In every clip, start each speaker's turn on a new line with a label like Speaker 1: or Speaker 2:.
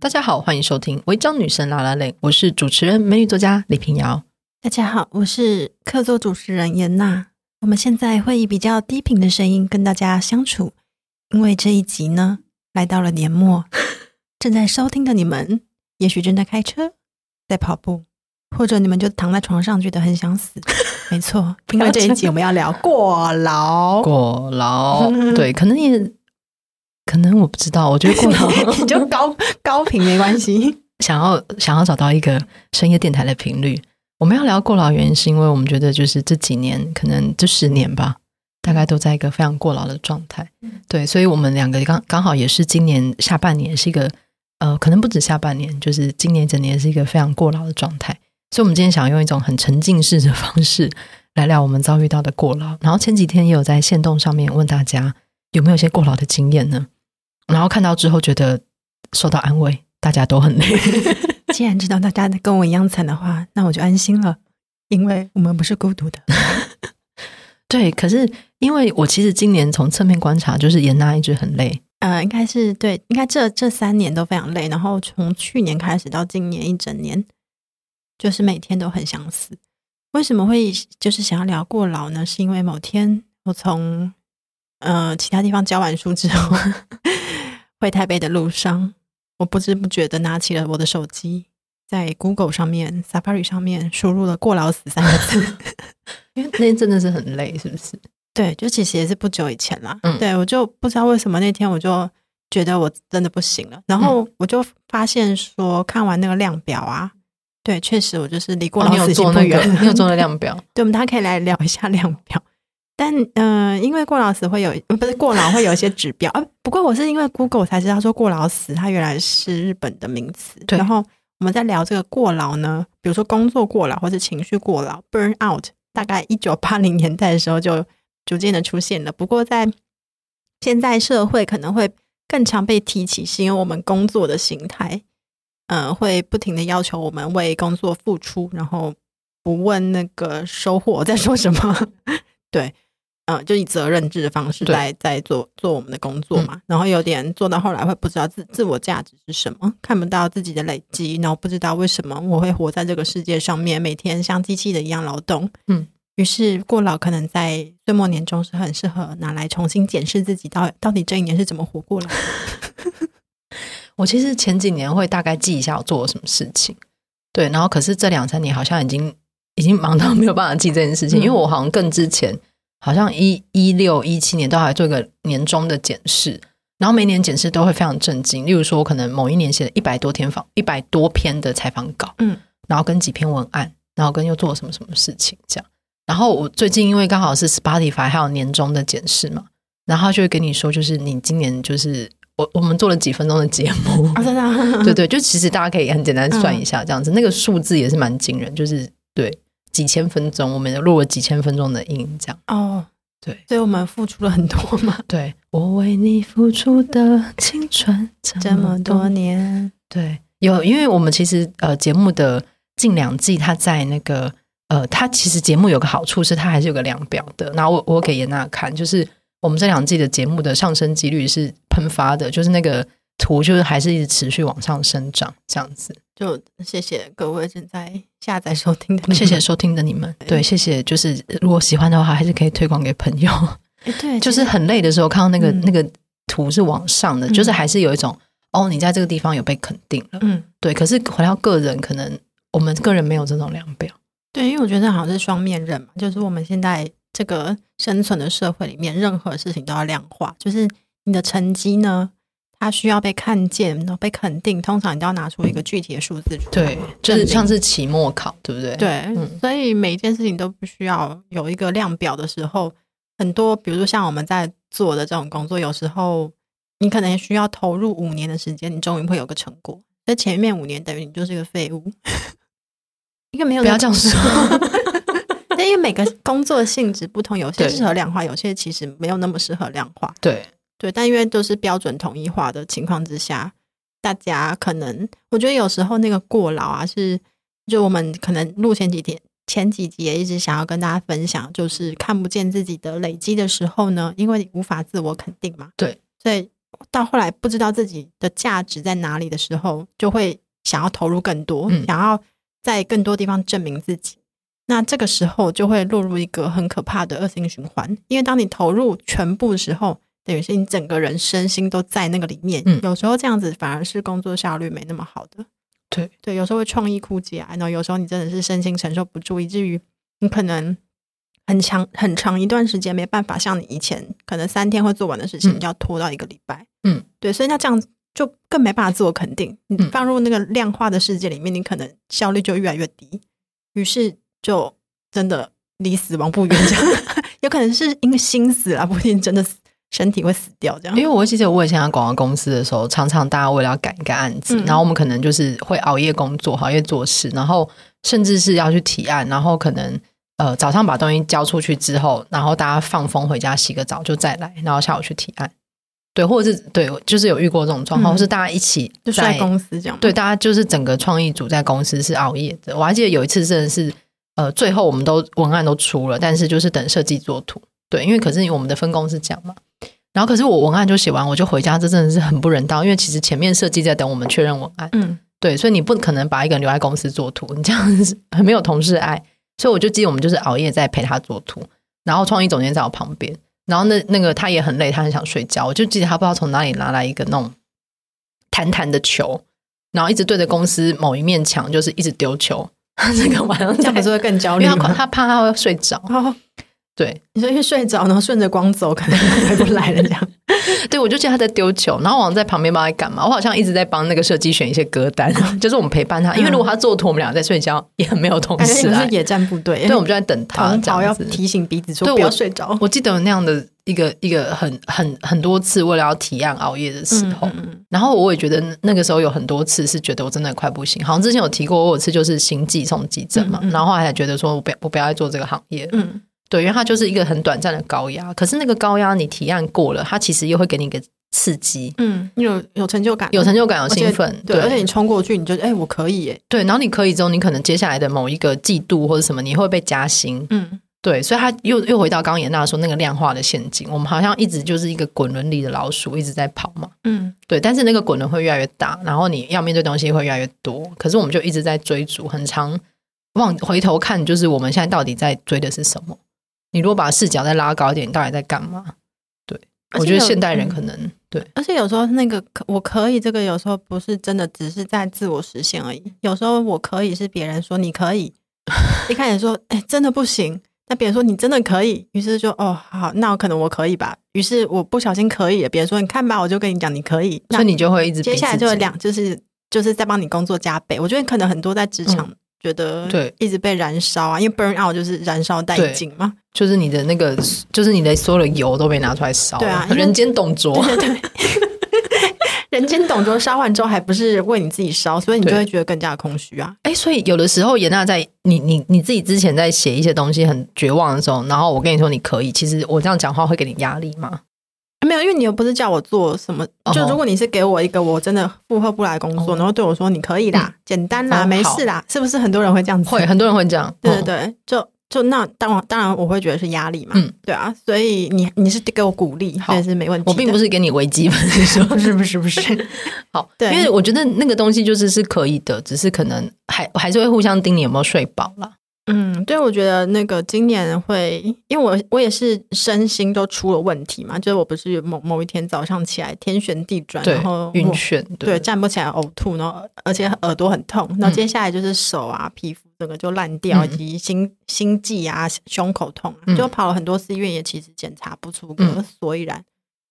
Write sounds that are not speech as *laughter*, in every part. Speaker 1: 大家好，欢迎收听《违章女神拉拉蕾》，我是主持人美女作家李平遥。
Speaker 2: 大家好，我是客座主持人严娜。我们现在会以比较低频的声音跟大家相处，因为这一集呢来到了
Speaker 1: *laughs*
Speaker 2: 年末，正在收听的你们，也许正在开车，在跑步，或者你们就躺在床上觉得很想
Speaker 1: *laughs*
Speaker 2: 死。没错，因为这一集我们要聊过劳，
Speaker 1: 过劳，对，可能也可能我不知道，我觉得过劳
Speaker 2: 你 *laughs* 就高高频没
Speaker 1: *laughs*
Speaker 2: 关系。
Speaker 1: 想要想要找到一个深夜电台的频率。我们要聊过劳，原因是因为我们觉得就是这几年，可能这十年吧，大概都在一个非常过劳的状态。对，所以我们两个刚刚好也是今年下半年是一个呃，可能不止下半年，就是今年整年是一个非常过劳的状态。所以，我们今天想用一种很沉浸式的方式来聊我们遭遇到的过劳。然后前几天也有在线动上面问大家有没有一些过劳的经验呢？然后看到之后觉得受到安慰，大家都很累。
Speaker 2: 既然知道大家跟我一样惨的话，那我就安心了，因为我们不是孤独的。
Speaker 1: 对，可是因为我其实今年从侧面观察，就是严娜一直很累。
Speaker 2: 呃，应该是对，应该这这三年都非常累，然后从去年开始到今年一整年，就是每天都很想死。为什么会就是想要聊过劳呢？是因为某天我从呃其他地方教完书之后， *laughs* 回台北的路上，我不知不觉的拿起了我的手机，在 Google 上面、Safari 上面输入了“过劳死”三个字。
Speaker 1: 因为那天真的是很累，是不是？
Speaker 2: 对，就其实也是不久以前啦。
Speaker 1: 嗯
Speaker 2: 对我就不知道为什么那天我就觉得我真的不行了，然
Speaker 1: 嗯
Speaker 2: 后我就发现说，看完那个量表啊，对，确实我就是离过
Speaker 1: 哦
Speaker 2: 劳
Speaker 1: 你有
Speaker 2: 死线
Speaker 1: 做
Speaker 2: 不
Speaker 1: 那
Speaker 2: 远。
Speaker 1: 个， *laughs* 你有做那量表，
Speaker 2: 对，我们大家可以来聊一下量表。但嗯、呃因为过劳死会有，呃不是过劳会有一些指标啊。不过我是因为 Google 才知道说过劳死它原来是日本的名词。
Speaker 1: 对
Speaker 2: 然后我们在聊这个过劳呢，比如说工作过劳或者情绪过劳 （burn out），大概一九八零年代的时候就逐渐的出现了。不过在现在社会可能会更常被提起，是因为我们工作的形态，呃，会不停的要求我们为工作付出，然后不问那个收获在说什么， *laughs* 对，呃，就以责任制的方式
Speaker 1: 对
Speaker 2: 来在做做我们的工作嘛，然后有点做到后来会不知道自自我价值是什么，看不到自己的累积，然后不知道为什么我会活在这个世界上面，每天像机器的一样劳动，
Speaker 1: 嗯。
Speaker 2: 于是过劳可能在岁末年终是很适合拿来重新检视自己到到底这一年是怎么活 *laughs* 过来的。
Speaker 1: 我其实前几年会大概记一下我做了什么事情，对，然后可是这两三年好像已经已经忙到没有办法记这件事情，
Speaker 2: 嗯
Speaker 1: 因为我好像更之前好像一一六一七年都还做一个年终的检视，然后每年检视都会非常震惊，例如说我可能某一年写了一百多天访一百多篇的采访稿，
Speaker 2: 嗯，
Speaker 1: 然后跟几篇文案，然后跟又做了什么什么事情这样，然后我最近因为刚好是 Spotify 还有年终的检视嘛，然后他就会跟你说，就是你今年就是。我我们做了几分钟的节目，
Speaker 2: *laughs* 啊，真的、啊，
Speaker 1: 对对，就其实大家可以很简单算一下这样子，那个数字也是蛮惊人，就是对几千分钟，我们录了几千分钟的音，这样
Speaker 2: 哦，
Speaker 1: 对
Speaker 2: 所以我们付出了很多嘛，
Speaker 1: 对。我为你付出的青春这
Speaker 2: *laughs* 这么
Speaker 1: 么
Speaker 2: 多
Speaker 1: 多，
Speaker 2: 年，
Speaker 1: 对，有，因为我们其实呃节目的近两季，它在那个呃，它其实节目有个好处是它还是有个量表的，然后我我给严娜看，就是我们这两季的节目的上升几率是喷发的，就是那个图就是还是一直持续往上生长这样子。
Speaker 2: 就谢谢各位正在下载收听的你们，
Speaker 1: 谢谢收听的你们，对，谢谢。就是如果喜欢的话，还是可以推广给朋友。
Speaker 2: 诶。对，
Speaker 1: 就是
Speaker 2: 其实
Speaker 1: 很累的时候，看到那个、
Speaker 2: 哎嗯
Speaker 1: 那个图是往上的，
Speaker 2: 嗯
Speaker 1: 就是还是有一种哦，你在这个地方有被肯定了。
Speaker 2: 嗯，
Speaker 1: 对，可是回到个人，可能我们个人没有这种量表。
Speaker 2: 对，因为我觉得好像是双面刃嘛，就是我们现在这个生存的社会里面，任何事情都要量化，就是你的成绩呢，它需要被看见，然后被肯定，通常你都要拿出一个具体的数字出来。
Speaker 1: 对，就是像是期末考，对不对？，
Speaker 2: 对，
Speaker 1: 嗯
Speaker 2: 所以每一件事情都必须要有一个量表的时候，很多，比如说像我们在做的这种工作，有时候你可能需要投入五年的时间，你终于会有个成果。在前面五年等于你就是一个废物，一个没有
Speaker 1: 不要这样说。
Speaker 2: 但因为每个工作性质不同，有些
Speaker 1: 对
Speaker 2: 适合量化，有些其实没有那么适合量化。
Speaker 1: *laughs* 对，
Speaker 2: 对，但因为都是标准统一化的情况之下，大家可能我觉得有时候那个过劳啊，是就我们可能录前几天前几集也一直想要跟大家分享，就是看不见自己的累积的时候呢，因为你无法自我肯定嘛，
Speaker 1: 对，
Speaker 2: 所以到后来不知道自己的价值在哪里的时候，就会想要投入更多，
Speaker 1: 嗯
Speaker 2: 想要在更多地方证明自己。那这个时候就会落入一个很可怕的恶性循环，因为当你投入全部的时候，等于是你整个人身心都在那个里面。
Speaker 1: 嗯
Speaker 2: 有时候这样子反而是工作效率没那么好的。
Speaker 1: 对
Speaker 2: 对，有时候会创意枯竭啊，然后有时候你真的是身心承受不住，以至于你可能很长很长一段时间没办法像你以前可能三天会做完的事情，
Speaker 1: 嗯
Speaker 2: 你就要拖到一个礼拜。
Speaker 1: 嗯，
Speaker 2: 对，所以那这样就更没办法自我肯定。你
Speaker 1: 嗯
Speaker 2: 放入那个量化的世界里面，你可能效率就越来越低，于是就真的离死亡不远，这样 *laughs* 有可能是因为心死了，不一定真的死身体会死掉这样
Speaker 1: 因。为我记得我以前在广告公司的时候，常常大家为了要赶一个案子，
Speaker 2: 嗯
Speaker 1: 然后我们可能就是会熬夜工作、熬夜做事，然后甚至是要去提案，然后可能呃早上把东西交出去之后，然后大家放风回家洗个澡就再来，然后下午去提案。对，或者是对，就是有遇过这种状况，
Speaker 2: 嗯
Speaker 1: 或是大家一起
Speaker 2: 就
Speaker 1: 在
Speaker 2: 在公司这样，
Speaker 1: 对，大家就是整个创意组在公司是熬夜的。我还记得有一次真的是，呃，最后我们都文案都出了，但是就是等设计做图。对，因为可是我们的分工是这样嘛。然后可是我文案就写完，我就回家，这真的是很不人道，因为其实前面设计在等我们确认文案，
Speaker 2: 嗯，
Speaker 1: 对，所以你不可能把一个人留在公司做图，你这样子很没有同事爱。所以我就记得我们就是熬夜在陪他做图，然后创意总监在我旁边，然后那那个他也很累，他很想睡觉，我就记得他不知道从哪里拿来一个那种弹弹的球，然后一直对着公司某一面墙，就是一直丢球。 *laughs* 他这个晚上
Speaker 2: 这样不
Speaker 1: 在
Speaker 2: 是会更焦
Speaker 1: 因为
Speaker 2: 虑
Speaker 1: 他怕
Speaker 2: 吗？
Speaker 1: 他怕他会睡着，
Speaker 2: 哦，
Speaker 1: 对
Speaker 2: 你说因为睡着，然后顺着光走，可能回不来了这样。
Speaker 1: 对，我就记得他在丢球，然后我好像在旁边帮他干嘛，我好像一直在帮那个设计选一些歌单， *laughs* 就是我们陪伴他，因为如果他做图，我们俩在睡觉也很没有同
Speaker 2: 感觉嗯哎你
Speaker 1: 事
Speaker 2: 们
Speaker 1: 爱
Speaker 2: *laughs* 是。啊野战部队，
Speaker 1: 对，哎我们就在等他
Speaker 2: 同
Speaker 1: 这
Speaker 2: 袍要
Speaker 1: 样子。
Speaker 2: 提醒彼此
Speaker 1: 对
Speaker 2: 说不要
Speaker 1: 我
Speaker 2: 睡着。
Speaker 1: 我记得有那样的一个一个很很很多次，为了要提案熬夜的时候，
Speaker 2: 嗯嗯
Speaker 1: 然后我也觉得那个时候有很多次是觉得我真的快不行。好像之前有提过，我有次就是心悸送急诊嘛，
Speaker 2: 嗯嗯
Speaker 1: 然后后来才觉得说我不要我不要再做这个行业了。
Speaker 2: 嗯，
Speaker 1: 对，因为它就是一个很短暂的高压，可是那个高压你提案过了，它其实又会给你一个刺激，
Speaker 2: 嗯，你有有成就感，
Speaker 1: 有成就感，有
Speaker 2: 而且
Speaker 1: 兴奋，
Speaker 2: 对，而且你冲过去，你就哎，我可以耶，
Speaker 1: 对，然后你可以之后，你可能接下来的某一个季度或者什么，你会被加薪，
Speaker 2: 嗯，
Speaker 1: 对，所以他又又回到刚刚严娜说那个量化的陷阱，我们好像一直就是一个滚轮里的老鼠一直在跑嘛。
Speaker 2: 嗯，
Speaker 1: 对，但是那个滚轮会越来越大，然后你要面对东西会越来越多，可是我们就一直在追逐，很长往回头看，就是我们现在到底在追的是什么？你如果把视角再拉高一点，你到底在干嘛？对，
Speaker 2: 而且
Speaker 1: 我觉得
Speaker 2: 有
Speaker 1: 现代人
Speaker 2: 嗯
Speaker 1: 可能、对，
Speaker 2: 而且有时候那个可我可以这个，有时候不是真的只是在自我实现而已。有时候我可以是别人说你
Speaker 1: *laughs*
Speaker 2: 可以，一开始说哎真的不行，那别人说你真的可以，于是就哦好，那我可能我可以吧。于是我不小心可以了，别人说你看吧，我就跟你讲你可以，那
Speaker 1: 所以你就会一直
Speaker 2: 接
Speaker 1: 逼
Speaker 2: 下来
Speaker 1: 自
Speaker 2: 就有
Speaker 1: 己
Speaker 2: 两就是就是在帮你工作加倍。我觉得可能很多在职场觉得
Speaker 1: 嗯对
Speaker 2: 一直被燃烧啊，因为 burn out 就是燃烧殆尽嘛。
Speaker 1: 就是你的那个，就是你的所有的油都被拿出来烧了，
Speaker 2: 对啊因为
Speaker 1: 人间董卓，
Speaker 2: *laughs* 对对对。人间董卓烧完之后，还不是为你自己烧，所以你就
Speaker 1: 对
Speaker 2: 会觉得更加的空虚啊。
Speaker 1: 哎，所以有的时候，严娜在你你你自己之前在写一些东西很绝望的时候，然后我跟你说你可以，其实我这样讲话会给你压力吗？
Speaker 2: 没有，因为你又不是叫我做什么。
Speaker 1: 嗯哦
Speaker 2: 就如果你是给我一个我真的负荷不来的工作，
Speaker 1: 哦
Speaker 2: 然后对我说你可以啦，简单啦，
Speaker 1: 哦
Speaker 2: 没
Speaker 1: 好
Speaker 2: 事啦，是不是很多人会这样子？
Speaker 1: 会，很多人会这样。
Speaker 2: 对对
Speaker 1: 嗯，
Speaker 2: 对，就就那当然当然我会觉得是压力嘛。
Speaker 1: 嗯
Speaker 2: 对啊，所以你你是给我鼓励，
Speaker 1: 好
Speaker 2: 这是没问题的。
Speaker 1: 我并不
Speaker 2: 是
Speaker 1: 是给你危机分手，
Speaker 2: 不是不是不是，
Speaker 1: *laughs* 好，
Speaker 2: 对
Speaker 1: 因为我觉得那个东西就是是可以的，只是可能还还是会互相盯你有没有睡饱啦。
Speaker 2: 嗯，对，我觉得那个今年会，因为我我也是身心都出了问题嘛，就是我不是某某一天早上起来天旋地转，
Speaker 1: 对
Speaker 2: 然后，
Speaker 1: 晕
Speaker 2: 我
Speaker 1: 眩，
Speaker 2: 对，站不起来，呕吐，然后而且耳朵很痛，然后接下来就是手啊、皮肤整个就烂掉，
Speaker 1: 嗯
Speaker 2: 以及心心悸啊、胸口痛啊、
Speaker 1: 嗯
Speaker 2: 就跑了很多次医院，也其实检查不出个
Speaker 1: 嗯
Speaker 2: 所以然。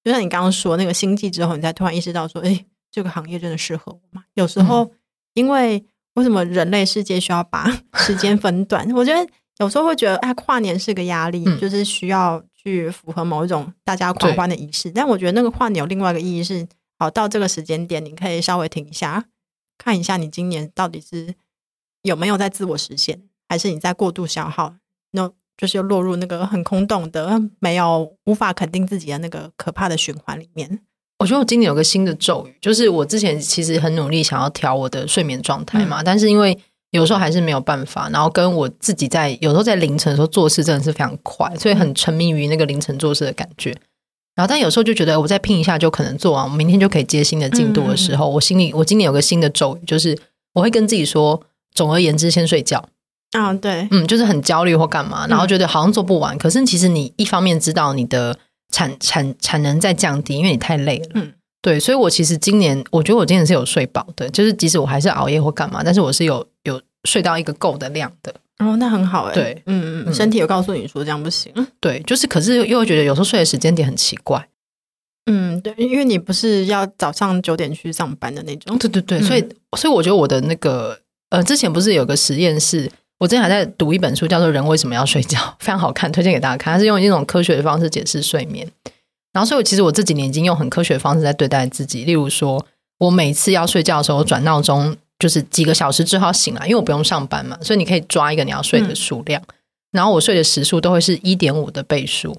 Speaker 2: 就像你刚刚说那个心悸之后，你才突然意识到说，哎，这个行业真的适合我吗？有
Speaker 1: 嗯
Speaker 2: 时候、因为为什么人类世界需要
Speaker 1: *laughs*
Speaker 2: 把时间分段？我觉得有时候会觉得，哎，跨年是个压力，
Speaker 1: 嗯
Speaker 2: 就是需要去符合某一种大家狂欢的仪式。但我觉得那个跨年有另外一个意义是，好到这个时间点，你可以稍微停一下，看一下你今年到底是有没有在自我实现，还是你在过度消耗，那就是又落入那个很空洞的、没有无法肯定自己的那个可怕的循环里面。
Speaker 1: 我觉得我今年有个新的咒语，就是我之前其实很努力想要调我的睡眠状态嘛，但是因为有时候还是没有办法，然后跟我自己在有时候在凌晨的时候做事真的是非常快，所以很沉迷于那个凌晨做事的感觉。然后但有时候就觉得我再拼一下就可能做完，我明天就可以接新的进度的时候，我心里我今年有个新的咒语，就是我会跟自己说，总而言之先睡觉。
Speaker 2: 啊，对，
Speaker 1: 嗯，就是很焦虑或干嘛，然后觉得好像做不完。可是其实你一方面知道你的产产产能在降低，因为你太累了。
Speaker 2: 嗯，
Speaker 1: 对，所以我其实今年，我觉得我今年是有睡饱的，就是即使我还是熬夜或干嘛，但是我是有有睡到一个够的量的。
Speaker 2: 哦，那很好哎、
Speaker 1: 对，
Speaker 2: 嗯嗯，
Speaker 1: 嗯
Speaker 2: 身体有告诉你说这样不行，
Speaker 1: 对，就是可是又会觉得有时候睡的时间点很奇怪。
Speaker 2: 嗯，对，因为你不是要早上九点去上班的那种，
Speaker 1: 对对对，所以、所以我觉得我的那个呃，之前不是有个实验室。我之前还在读一本书，叫做《人为什么要睡觉》，非常好看，推荐给大家看。它是用一种科学的方式解释睡眠。然后，所以我其实我这几年已经用很科学的方式在对待自己。例如说，我每次要睡觉的时候，我转闹钟就是几个小时之后要醒来，因为我不用上班嘛，所以你可以抓一个你要睡的数量。然后我睡的时数都会是一点五的倍数，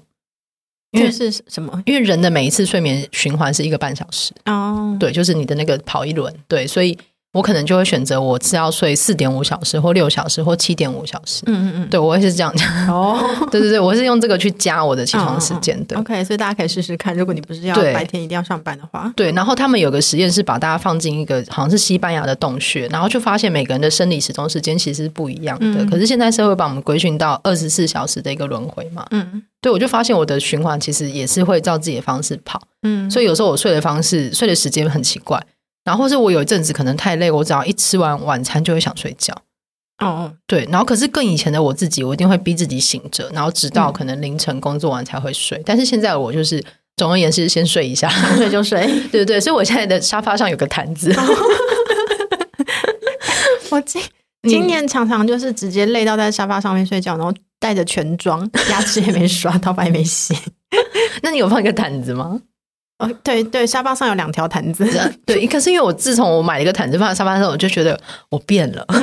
Speaker 1: 因
Speaker 2: 这
Speaker 1: 为
Speaker 2: 是什么？
Speaker 1: 因为人的每一次睡眠循环是一个半小时。
Speaker 2: 哦，
Speaker 1: 对，就是你的那个跑一轮，对，所以我可能就会选择我是要睡四点五小时或六小时或七点五小时，
Speaker 2: 嗯嗯
Speaker 1: 对我也是这样，
Speaker 2: 嗯， *laughs* 哦。
Speaker 1: 对对对，我是用这个去加我的起床时间的。
Speaker 2: 嗯 OK，所以大家可以试试看，如果你不是要
Speaker 1: 对
Speaker 2: 白天一定要上班的话，
Speaker 1: 对，然后他们有个实验是把大家放进一个好像是西班牙的洞穴，然后就发现每个人的生理时钟时间其实是不一样的。
Speaker 2: 嗯
Speaker 1: 可是现在社会把我们规训到二十四小时的一个轮回嘛，
Speaker 2: 嗯
Speaker 1: 对我就发现我的循环其实也是会照自己的方式跑。
Speaker 2: 嗯，
Speaker 1: 所以有时候我睡的方式、睡的时间很奇怪。然后或是我有一阵子可能太累，我只要一吃完晚餐就会想睡觉。
Speaker 2: 以哦，
Speaker 1: 对，然后可是更以前的我自己，我一定会逼自己醒着，然后直到
Speaker 2: 嗯
Speaker 1: 可能凌晨工作完才会睡。但是现在我就是，总而言之，先睡一下。
Speaker 2: 想睡就睡。哦
Speaker 1: 对对对，所以我现在的沙发上有个毯子。
Speaker 2: *laughs* 我今今年常常就是直接累到在沙发上面睡觉，然后带着全妆，牙齿也没刷， *laughs* 头发也没洗。
Speaker 1: 那你有放一个毯子吗？呃
Speaker 2: 哦，对对，沙发上有两条毯子，
Speaker 1: 对，可是因为我自从我买了一个毯子放在沙发上，我就觉得我变了。
Speaker 2: 啊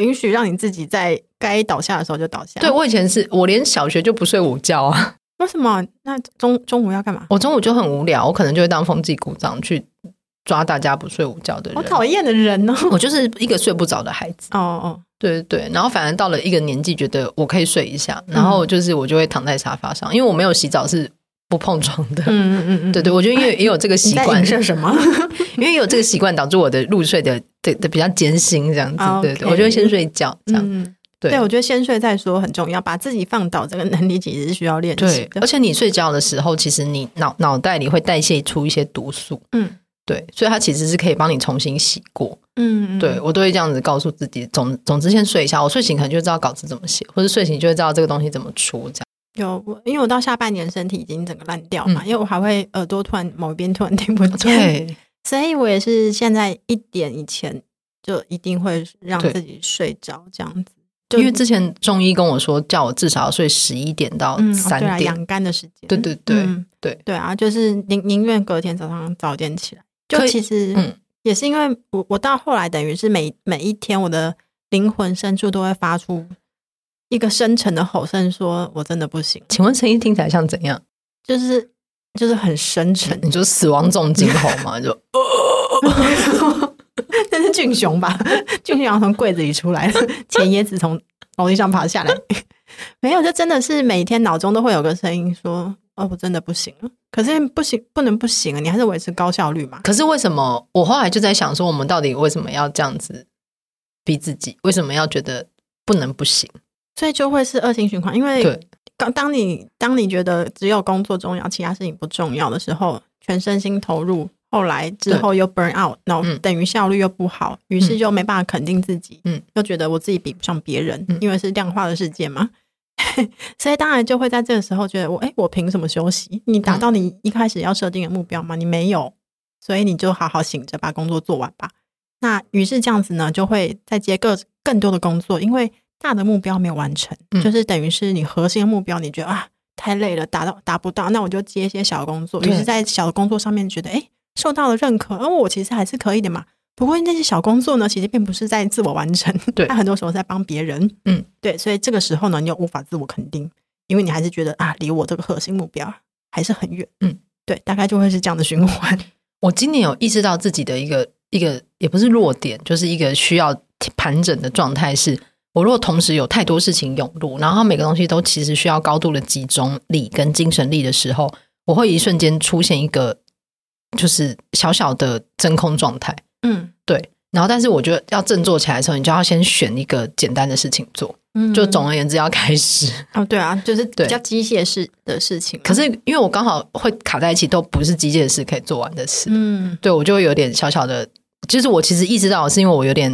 Speaker 2: 允许让你自己在该倒下的时候就倒下。
Speaker 1: 对，我以前是我连小学就不睡午觉啊。
Speaker 2: 为什么？那中中午要干嘛？
Speaker 1: 我中午就很无聊，我可能就会当风纪鼓掌去抓大家不睡午觉的人。
Speaker 2: 好讨厌的人哦！
Speaker 1: 我就是一个睡不着的孩子，
Speaker 2: 哦哦，
Speaker 1: 对对对。然后反而到了一个年纪，觉得我可以睡一下，然
Speaker 2: 嗯
Speaker 1: 后就是我就会躺在沙发上，因为我没有洗澡是不碰床的。
Speaker 2: 嗯嗯嗯嗯，
Speaker 1: *laughs* 对对，我觉得因为也有这个
Speaker 2: 你
Speaker 1: 习
Speaker 2: 在
Speaker 1: 惯
Speaker 2: 影，射什么？
Speaker 1: 因为有这个习惯导致我的入睡的的的比较艰辛这样子。
Speaker 2: 啊 OK
Speaker 1: 对对，我就会先睡觉 *laughs* 这样。
Speaker 2: 嗯，
Speaker 1: 对
Speaker 2: 对，我觉得先睡再说很重要，把自己放倒这个能力其实是需要练习
Speaker 1: 对，
Speaker 2: 的
Speaker 1: 而。且你睡觉的时候，其实你脑脑袋里会代谢出一些毒素，
Speaker 2: 嗯
Speaker 1: 对，所以它其实是可以帮你重新洗过。
Speaker 2: 嗯，嗯
Speaker 1: 对，我都会这样子告诉自己，总总之先睡一下，我睡醒可能就知道稿子怎么写，或者睡醒就会知道这个东西怎么出，这样。
Speaker 2: 有我，因为我到下半年身体已经整个烂掉嘛，因为我还会耳朵突然某一边突然听不见，
Speaker 1: 嗯 *laughs* 对
Speaker 2: *laughs* 所以我也是现在一点以前就一定会让
Speaker 1: 对
Speaker 2: 自己睡着这样子，就
Speaker 1: 因为之前中医跟我说，叫我至少要睡十一点到
Speaker 2: 嗯，哦
Speaker 1: 三
Speaker 2: 对啊，
Speaker 1: 点。
Speaker 2: 养肝的时间，
Speaker 1: 对对对
Speaker 2: 嗯
Speaker 1: 对
Speaker 2: 对啊，就是宁宁愿隔天早上早点起来，就
Speaker 1: 可以
Speaker 2: 其实
Speaker 1: 嗯
Speaker 2: 也是因为我我到后来等于是每每一天我的灵魂深处都会发出一个深沉的吼声，说我真的不行，
Speaker 1: 请问声音听起来像怎样？
Speaker 2: 就是就是很深沉，
Speaker 1: 你就死亡重金吼嘛，就
Speaker 2: *laughs* 那是俊雄吧？俊雄好像从柜子里出来了，钱椰子从楼梯上爬下来。 *laughs* 没有，就真的是每天脑中都会有个声音说：“哦，我真的不行了。”可是不行，不能不行啊！你还是维持高效率嘛。
Speaker 1: 可是为什么？我后来就在想说，我们到底为什么要这样子逼自己？为什么要觉得不能不行？
Speaker 2: 所以就会是恶性循环，因为
Speaker 1: 对
Speaker 2: 当当你当你觉得只有工作重要，其他事情不重要的时候，全身心投入，后来之后又 burn out，然后
Speaker 1: 嗯
Speaker 2: 等于效率又不好，于是就没办法肯定自己，
Speaker 1: 嗯，
Speaker 2: 又觉得我自己比不上别人，
Speaker 1: 嗯
Speaker 2: 因为是量化的世界嘛。 *laughs* 所以当然就会在这个时候觉得我哎、我凭什么休息？你
Speaker 1: 嗯
Speaker 2: 达到你一开始要设定的目标吗？你没有，所以你就好好醒着把工作做完吧。那于是这样子呢，就会再接各更多的工作，因为大的目标没有完成，
Speaker 1: 嗯
Speaker 2: 就是等于是你核心的目标，你觉得啊太累了，达到达不到，那我就接一些小工作。
Speaker 1: 对
Speaker 2: 于是，在小的工作上面觉得，哎、受到了认可，而、啊我其实还是可以的嘛。不过那些小工作呢，其实并不是在自我完成，
Speaker 1: 对
Speaker 2: 它很多时候是在帮别人。
Speaker 1: 嗯，
Speaker 2: 对，所以这个时候呢，你又无法自我肯定，因为你还是觉得啊，离我这个核心目标还是很远。
Speaker 1: 嗯，
Speaker 2: 对，大概就会是这样的循环。
Speaker 1: 我今年有意识到自己的一个一个也不是弱点，就是一个需要盘整的状态是。我如果同时有太多事情涌入，然后每个东西都其实需要高度的集中力跟精神力的时候，我会一瞬间出现一个就是小小的真空状态，
Speaker 2: 嗯
Speaker 1: 对。然后，但是我觉得要振作起来的时候，你就要先选一个简单的事情做，
Speaker 2: 嗯
Speaker 1: 就总而言之要开始。
Speaker 2: 哦，对啊，就是比
Speaker 1: 对
Speaker 2: 较机械式的事情嘛。
Speaker 1: 可是因为我刚好会卡在一起，都不是机械式可以做完的事，
Speaker 2: 嗯，
Speaker 1: 对我就会有点小小的，就是我其实意识到是因为我有点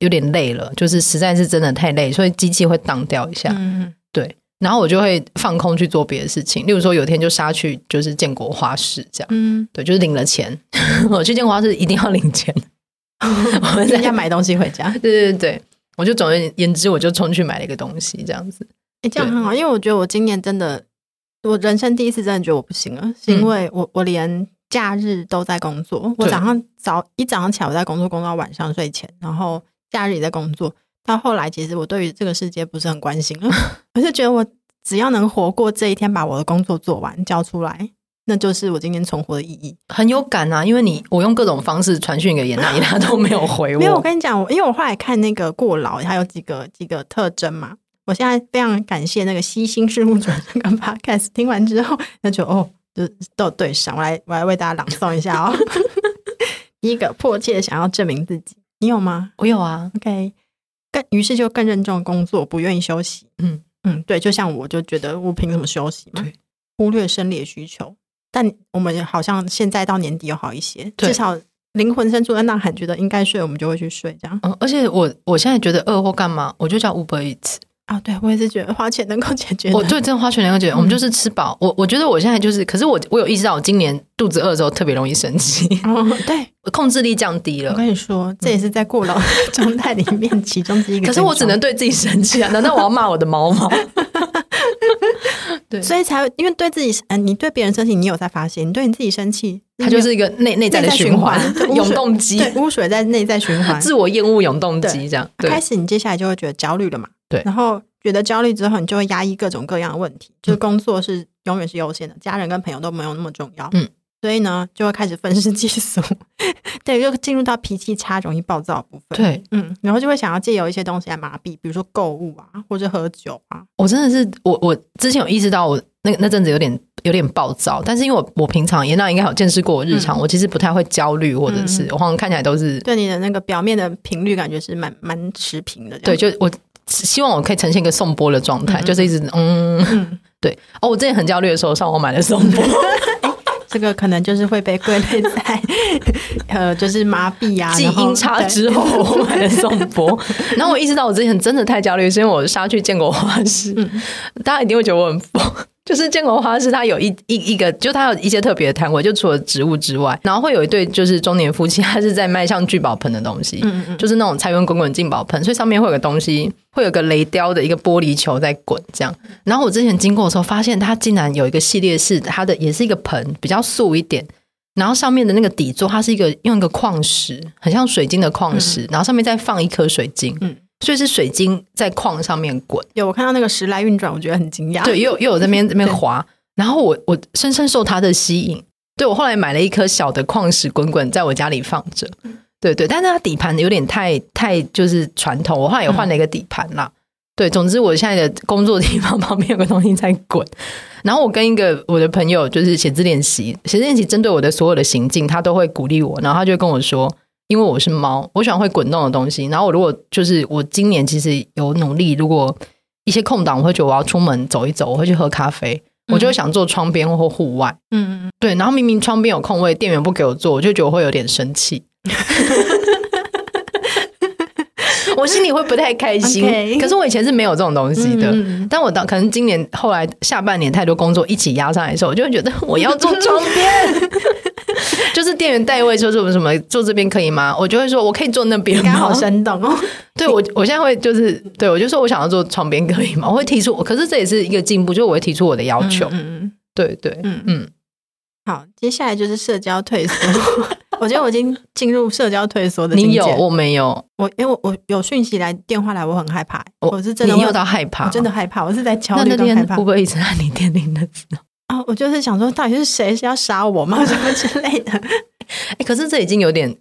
Speaker 1: 有点累了，就是实在是真的太累，所以机器会荡掉一下，
Speaker 2: 嗯
Speaker 1: 对。然后我就会放空去做别的事情，例如说有一天就杀去就是建国花市这样，
Speaker 2: 嗯，
Speaker 1: 对，就是领了钱，我去建国花市一定要领钱， *laughs* 我们
Speaker 2: 人
Speaker 1: 在
Speaker 2: 家买东西回家，
Speaker 1: 对对对对，我就总而言之我就冲去买了一个东西这样子，
Speaker 2: 哎、这样很好，因为我觉得我今年真的，我人生第一次真的觉得我不行
Speaker 1: 嗯
Speaker 2: 了，是因为我、我连假日都在工作，我
Speaker 1: 对
Speaker 2: 早上早一早上起来我在工作，工作到晚上睡前，然后假日也在工作，到后来其实我对于这个世界不是很关心
Speaker 1: *laughs*
Speaker 2: 了，我就觉得我只要能活过这一天，把我的工作做完交出来，那就是我今天存活的意义。
Speaker 1: 很有感啊，因为你我用各种方式传讯给严娜，严 *laughs* 娜都没有回我，
Speaker 2: 没有，我跟你讲，我因为我后来看那个过劳，它有几个几个特征嘛。我现在非常感谢那个西新事务所这个 *laughs* podcast，听完之后，那就哦，就都有对上。我来，我来为大家朗诵一下哦。第一个，迫切地想要证明自己，你有吗
Speaker 1: 我有啊，
Speaker 2: ？OK，更于是就更认重工作，不愿意休息。
Speaker 1: 嗯
Speaker 2: 嗯，对，就像我就觉得我凭什么休息嘛
Speaker 1: 对？
Speaker 2: 忽略生理的需求，但我们好像现在到年底有好一些，
Speaker 1: 对
Speaker 2: 至少灵魂深处的呐喊觉得应该睡，我们就会去睡这样。
Speaker 1: 嗯，而且我我现在觉得饿或干嘛，我就叫 Uber Eats。
Speaker 2: 啊，对我也是觉得花钱能够解决的。
Speaker 1: 我对真的花全能姐，我们就是吃饱。我我觉得我现在就是，可是我我有意识到，我今年肚子饿的时候特别容易生气， *laughs*
Speaker 2: 哦，对，
Speaker 1: 控制力降低
Speaker 2: 我
Speaker 1: 了。
Speaker 2: 跟你说，这也是在过劳的
Speaker 1: *laughs*
Speaker 2: 状态里面其中之一个。
Speaker 1: 嗯可是我只能，对自己生气啊！难道我要骂我的猫吗？ *laughs* 对，
Speaker 2: 所以才因为对自己，嗯，你对别人生气，你有在发泄；你对你自己生气，
Speaker 1: 它就是一个内内在的循环
Speaker 2: 内
Speaker 1: *laughs*
Speaker 2: 在循环对，
Speaker 1: 永动
Speaker 2: 你
Speaker 1: 机，
Speaker 2: 对污水在内在循环。
Speaker 1: 自我厌恶永动机这样。对
Speaker 2: 开，始你接下来就会觉得焦虑了嘛？
Speaker 1: 对嗯
Speaker 2: 然后觉得焦虑之后，你就会压抑各种各样的问题，就是工作是永远是优先的，家人跟朋友都没有那么重要。
Speaker 1: 嗯，
Speaker 2: 所以呢，就会开始愤世嫉俗， *laughs* 对，就进入到脾气差、容易暴躁的部分。
Speaker 1: 对
Speaker 2: 嗯，然后就会想要借由一些东西来麻痹，比如说购物啊，或者喝酒啊。
Speaker 1: 我真的是我我之前有意识到我那那阵子有点有点暴躁，但是因为我我平常也那应该有见识过我日常，我其实不太会焦虑，或者是我好像看起来都是
Speaker 2: 对你的那个表面的频率感觉是蛮蛮持平的这
Speaker 1: 对，
Speaker 2: 样。
Speaker 1: 就我希望我可以呈现一个送波的状态，
Speaker 2: 嗯
Speaker 1: 就是一直嗯，
Speaker 2: 嗯，
Speaker 1: *laughs* 对。哦，我之前很焦虑的时候，上网买了送波，
Speaker 2: 这个可能就是会被归类在 *laughs* 呃，就是麻痹啊，
Speaker 1: 继
Speaker 2: 然后
Speaker 1: 音叉
Speaker 2: 对
Speaker 1: 之 *laughs* 后，我买了送波。然后我意识到我之前真的太焦虑，是因为我杀去建国花市， *laughs* 大家一定会觉得我很疯。就是建国花市，它有一一一个，就它有一些特别的摊位，就除了植物之外，然后会有一对就是中年夫妻，他是在卖像聚宝盆的东西，
Speaker 2: 嗯嗯嗯，
Speaker 1: 就是那种财源滚滚进宝盆，所以上面会有个东西，会有个雷雕的一个玻璃球在滚这样。然后我之前经过的时候，发现它竟然有一个系列是它的也是一个盆，比较素一点，然后上面的那个底座它是一个用一个矿石，很像水晶的矿石，然后上面再放一颗水晶，
Speaker 2: 嗯
Speaker 1: 嗯，所以是水晶在矿上面滚，
Speaker 2: *laughs* 有我看到那个时来运转，我觉得很惊讶。
Speaker 1: 对，又又有这边这边滑，然后我我深深受它的吸引，对我后来买了一颗小的矿石滚滚，在我家里放着，对对，但是它底盘有点太太就是传统，我后来也换了一个底盘啦。对，总之我现在的工作地方 *laughs* 旁边有个东西在滚，然后我跟一个我的朋友就是写字练习，写字练习针对我的所有的行径，他都会鼓励我，然后他就跟我说，因为我是猫，我喜欢会滚动的东西，然后我如果就是我今年其实有努力，如果一些空档，我会觉得我要出门走一走，我会去喝咖啡，我
Speaker 2: 嗯
Speaker 1: 就会想坐窗边或户外。
Speaker 2: 嗯，嗯
Speaker 1: 对，然后明明窗边有空位，店员不给我坐，我就觉得我会有点生气。 *laughs* 我心里会不太开心
Speaker 2: *laughs* OK
Speaker 1: 可是我以前是没有这种东西
Speaker 2: 嗯
Speaker 1: 的。
Speaker 2: 嗯嗯
Speaker 1: 但我到可能今年后来下半年太多工作一起压上来的时候，我就会觉得我要坐窗边， *laughs* 就是店员代位说什么什么坐这边可以吗？我就会说我可以坐那边
Speaker 2: 你刚
Speaker 1: 吗？
Speaker 2: 好生动哦。
Speaker 1: 对我，我现在会就是对我就说我想要做床边可以吗？我会提出，可是这也是一个进步，就是我会提出我的要求。
Speaker 2: 嗯嗯
Speaker 1: 对对，
Speaker 2: 嗯嗯。
Speaker 1: 嗯，
Speaker 2: 好，接下来就是社交退 *laughs* 缩。我觉得我已经进入社交退缩的境界。
Speaker 1: 你有我没有？
Speaker 2: 我因为我我有讯息来电话来，我很害怕、
Speaker 1: 我
Speaker 2: 我是真的
Speaker 1: 你
Speaker 2: 会
Speaker 1: 有到害怕，哦
Speaker 2: 我真的。害怕，我是在焦
Speaker 1: 那
Speaker 2: 虑
Speaker 1: 那
Speaker 2: 跟
Speaker 1: 天
Speaker 2: 害怕
Speaker 1: 会不会一直按你电铃的时候？
Speaker 2: 啊、我就是想说，到底是谁是要杀我吗？什么之类的，
Speaker 1: *laughs* 哎、可是这已经有点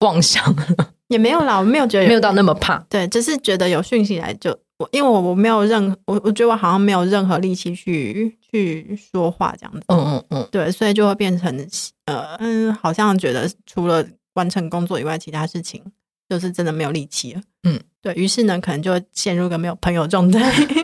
Speaker 1: 妄想了，
Speaker 2: *laughs* 也没有啦，我没有觉得有
Speaker 1: 没有到那么怕。
Speaker 2: 对，只是觉得有讯息来就我因为我我没有任我我觉得我好像没有任何力气去去说话这样子，
Speaker 1: 嗯嗯嗯，
Speaker 2: 对，所以就会变成呃嗯，好像觉得除了完成工作以外，其他事情就是真的没有力气了。
Speaker 1: 嗯，
Speaker 2: 对于是呢，可能就会陷入一个没有朋友状态， *laughs*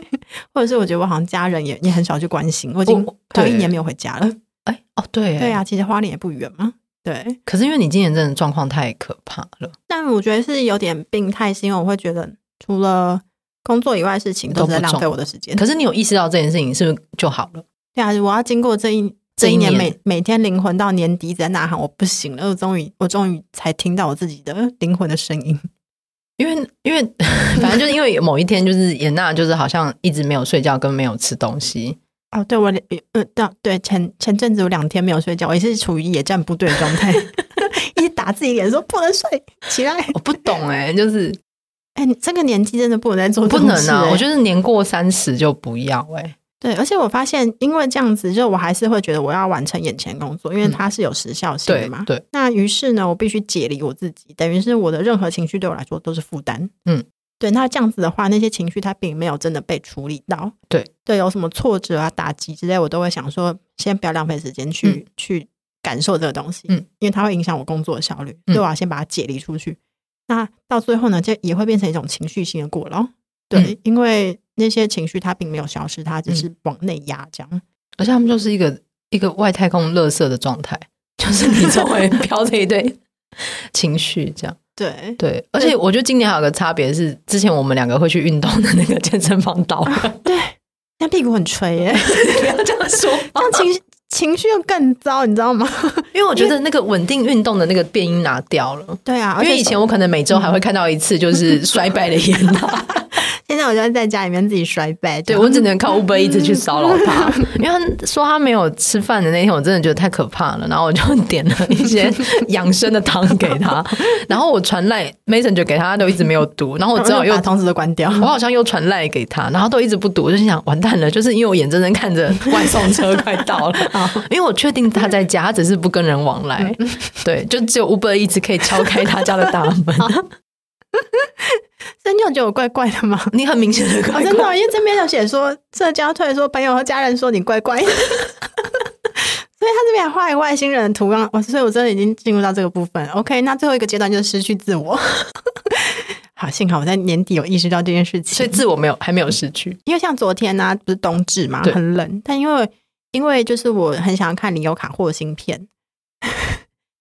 Speaker 2: 或者是我觉得我好像家人也也很少去关心，我已经
Speaker 1: 我
Speaker 2: 快一
Speaker 1: 哦对
Speaker 2: 年没有回家了。
Speaker 1: 哎、哦对，
Speaker 2: 对，啊，其实花莲也不远嘛。对，
Speaker 1: 可是因为你今年真的状况太可怕了，
Speaker 2: 但我觉得是有点病态，是因为我会觉得除了工作以外的事情
Speaker 1: 都
Speaker 2: 都
Speaker 1: 不
Speaker 2: 在浪费
Speaker 1: 重
Speaker 2: 我的时间。
Speaker 1: 可是你有意识到这件事情是不是就好了？
Speaker 2: 对啊，我要经过这一
Speaker 1: 这
Speaker 2: 这
Speaker 1: 一
Speaker 2: 一
Speaker 1: 年
Speaker 2: 年每每天灵魂到年底一直在呐喊，我不行了，我终于我终于才听到我自己的灵魂的声音。
Speaker 1: 因为因为 *laughs* 反正就是因为某一天就是妍娜就是好像一直没有睡觉跟没有吃东西，
Speaker 2: 哦，对我两呃对啊对前前阵子有两天没有睡觉，我也是处于野战部队的
Speaker 1: *laughs*
Speaker 2: 状态，一直打自己脸说不能睡，起来。
Speaker 1: 我不懂哎、就是
Speaker 2: 哎、你这个年纪真的不能再做这
Speaker 1: 不
Speaker 2: 种
Speaker 1: 能
Speaker 2: 事
Speaker 1: 啊，
Speaker 2: 欸
Speaker 1: 我觉得年过三十就不要哎、
Speaker 2: 对，而且我发现，因为这样子，就我还是会觉得我要完成眼前工作，因为
Speaker 1: 嗯
Speaker 2: 它是有时效性的
Speaker 1: 对
Speaker 2: 嘛。
Speaker 1: 对，
Speaker 2: 那于是呢，我必须解离我自己，等于是我的任何情绪对我来说都是负担。
Speaker 1: 嗯，
Speaker 2: 对。那这样子的话，那些情绪它并没有真的被处理到。
Speaker 1: 对
Speaker 2: 对，有什么挫折啊、打击之类，我都会想说，先不要浪费时间去、去感受这个东西，
Speaker 1: 嗯，
Speaker 2: 因为它会影响我工作的效率，
Speaker 1: 嗯
Speaker 2: 所以我要先把它解离出去。那到最后呢，这也会变成一种情绪性的过劳。对，
Speaker 1: 嗯
Speaker 2: 因为那些情绪它并没有消失，它只是往内压这样。
Speaker 1: 而且他们就是一个一个外太空垃圾的状态，就是你周
Speaker 2: *laughs*
Speaker 1: 围飘着一堆情绪这样。
Speaker 2: 对， *laughs*
Speaker 1: 对，而且我觉得今年还有个差别是，之前我们两个会去运动的那个健身房倒
Speaker 2: *laughs*
Speaker 1: 了，
Speaker 2: 但屁股很垂
Speaker 1: *laughs*
Speaker 2: 耶、
Speaker 1: 不要这样
Speaker 2: *laughs*
Speaker 1: 说，
Speaker 2: 这样
Speaker 1: *laughs*
Speaker 2: 情绪情绪又更糟，你知道吗？
Speaker 1: 因为我觉得那个稳定运动的那个变音拿掉了。
Speaker 2: 对 *laughs* 啊，而
Speaker 1: 因
Speaker 2: 且嗯
Speaker 1: 为以前我可能每周还会看到一次，就是 *laughs* 衰败的严娜，
Speaker 2: 现在我就会在家里面自己摔背，
Speaker 1: 对我只能 *laughs* 靠 Uber 一直去骚扰他， *laughs* 因为他说他没有吃饭的那天，我真的觉得太可怕了，然后我就点了一些养生的汤给他， *laughs* 然后我传赖 Mason 就给他，他都一直没有读，然后我只好又
Speaker 2: 把通知都关掉。
Speaker 1: 我好像又传赖给他，然后都一直不读，我就心想完蛋了，就是因为我眼睁睁看着外送车快到 *laughs* 了，因为我确定他在家，他只是不跟人往来，对，就只有 Uber 一直可以敲开他家的大 *laughs* 门，
Speaker 2: *laughs* 所以你有觉得我怪怪
Speaker 1: *laughs*
Speaker 2: 的吗？
Speaker 1: 你很明显的
Speaker 2: 哦、
Speaker 1: 怪
Speaker 2: 真的哦、
Speaker 1: 怪，
Speaker 2: 因为这边有写说社交退说朋友和家人说你怪怪的，所 *laughs* 以他这边还画一个外星人的图样，我所以我真的已经进入到这个部分。OK，那最后一个阶段就是失去自我。 *laughs* 好，幸好我在年底有意识到这件事情，
Speaker 1: 所以自我没有还没有失去，
Speaker 2: 因为像昨天呢、不是冬至嘛，
Speaker 1: 对
Speaker 2: 很冷，但因为因为就是我很想看林宥卡获新片， *laughs*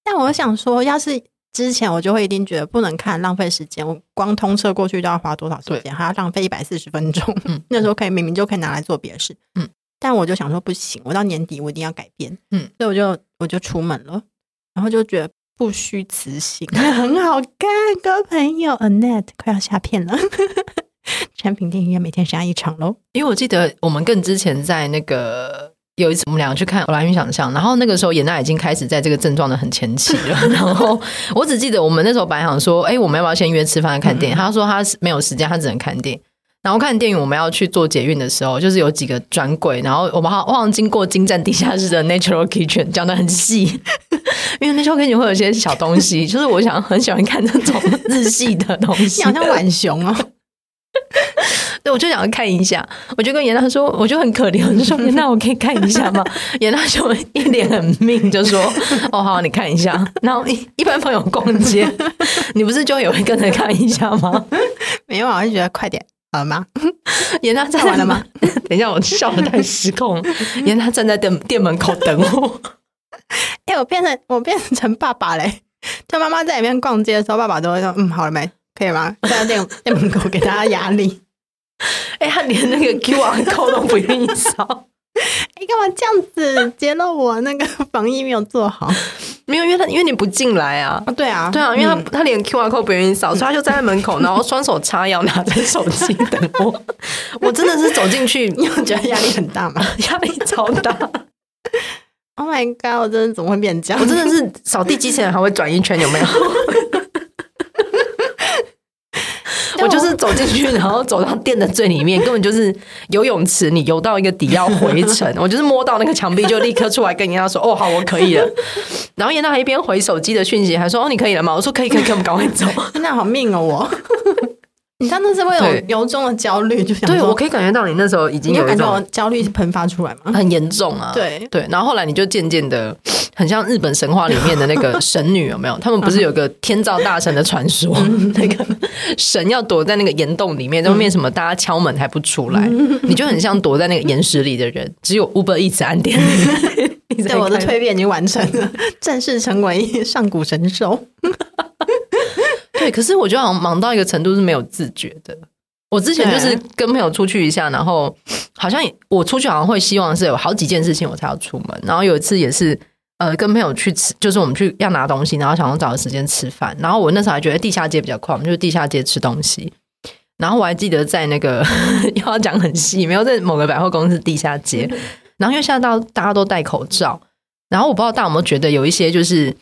Speaker 2: 但我想说，要是之前我就会一定觉得不能看，浪费时间，我光通车过去都要花多少时间，还要浪费一百四十分钟。
Speaker 1: 嗯
Speaker 2: *laughs* 那时候可以明明就可以拿来做别的事，
Speaker 1: 嗯，
Speaker 2: 但我就想说不行，我到年底我一定要改变，
Speaker 1: 嗯，
Speaker 2: 所以我就我就出门了，然后就觉得。不虚此行， *laughs* 很好看，各位朋友，Annette 快要下片了， *laughs* 产品电影院每天杀一场喽。
Speaker 1: 因为我记得我们更之前在那个。有一次我们两个去看《偶然与想象》，然后那个时候妍娜已经开始在这个症状的很前期了。
Speaker 2: *laughs*
Speaker 1: 然后我只记得我们那时候本来想说，哎、我们要不要先约吃饭看电
Speaker 2: 嗯
Speaker 1: 影？她说她没有时间，她只能看电影。然后看电影，我们要去做捷运的时候，就是有几个专柜，然后我们好我好像经过金站地下室的 Natural Kitchen，讲的很细， *laughs* 因为 Natural Kitchen 会有一些小东西，就是我想很喜欢看这种日系的东西。
Speaker 2: 你好像浣熊哦，
Speaker 1: 对，我就想要看一下，我就跟严娜说，我就很可怜，我就说严娜，我可以看一下吗？严娜就一脸很命，就说哦好，你看一下。然后一一般朋友逛街，你不是就也会跟着看一下吗？
Speaker 2: *laughs* 没有啊，我就觉得快点好吗？
Speaker 1: 严娜站
Speaker 2: 看完了吗？
Speaker 1: *laughs* 等一下，我笑的太失控了。严娜站在店店门口等我，
Speaker 2: *laughs*
Speaker 1: *laughs*
Speaker 2: 哎、我变成我变成爸爸嘞，就妈妈在里面逛街的时候，爸爸都会说嗯，好了没？可以 *laughs* 吗？在店店门口给大家压力，
Speaker 1: 哎、她连那个 QR code 都不愿意扫。
Speaker 2: *laughs*
Speaker 1: *laughs*
Speaker 2: 哎、干嘛这样子揭露我那个防疫没有做 *laughs* 好？
Speaker 1: 没有，因为她因为你不进来啊
Speaker 2: 啊，。对啊，
Speaker 1: 对啊，因为他
Speaker 2: 嗯
Speaker 1: 他连 QR code 不愿意扫，所以他就站在门
Speaker 2: *laughs*
Speaker 1: 口，然后双手叉腰，拿着手机等我。我真的是走进去，
Speaker 2: 你有 *laughs* 觉得压力很大吗
Speaker 1: 压力超大，
Speaker 2: *laughs* ？Oh my god！我真的怎么会变这样？ *laughs*
Speaker 1: 我真的是扫地机器人还会转一圈，有没有？我就是走进去，然后走到店的最里面，根本就是游泳池，你游到一个底要回程，我就是摸到那个墙壁就立刻出来跟人家说：“哦，好，我可以了。”然后严娜还一边回手机的讯息，还说：“哦，你可以了吗？”我说：“可以，可以，可以，我们赶快走。”
Speaker 2: 真的好命哦我。 *laughs* 你真的是会有
Speaker 1: 对
Speaker 2: 由衷的焦虑，就想
Speaker 1: 对
Speaker 2: 说
Speaker 1: 我可以感觉到你那时候已经
Speaker 2: 你有
Speaker 1: 有一
Speaker 2: 感觉我
Speaker 1: 种
Speaker 2: 焦虑喷发出来吗？ *laughs*
Speaker 1: 很严重啊，
Speaker 2: 对，
Speaker 1: 对，然后后来你就渐渐的，很像日本神话里面的那个神女，有没有？他们不是有个
Speaker 2: 嗯
Speaker 1: 天照大神的传说， *laughs* 那个神要躲在那个岩洞里面，在外面什
Speaker 2: 嗯
Speaker 1: 么大家敲门还不出来，你就很像躲在那个岩石里的人，只有 Uber 一直按点。
Speaker 2: *laughs*
Speaker 1: *laughs* 一直在
Speaker 2: 对，我的
Speaker 1: 看
Speaker 2: 蜕变已经完成了， *laughs* 正式成为上古神兽。
Speaker 1: *laughs* 对，可是我觉得好像忙到一个程度是没有自觉的。我之前就是跟朋友出去一下，然后好像也我出去好像会希望是有好几件事情我才要出门。然后有一次也是，呃，跟朋友去吃，就是我们去要拿东西，然后想要找个时间吃饭。然后我那时候还觉得地下街比较快，我们就去地下街吃东西。然后我还记得在那个 *laughs* 又要讲很细，没有在某个百货公司地下街，然后因为现在到大家都戴口罩，然后我不知道大家有没有觉得有一些就是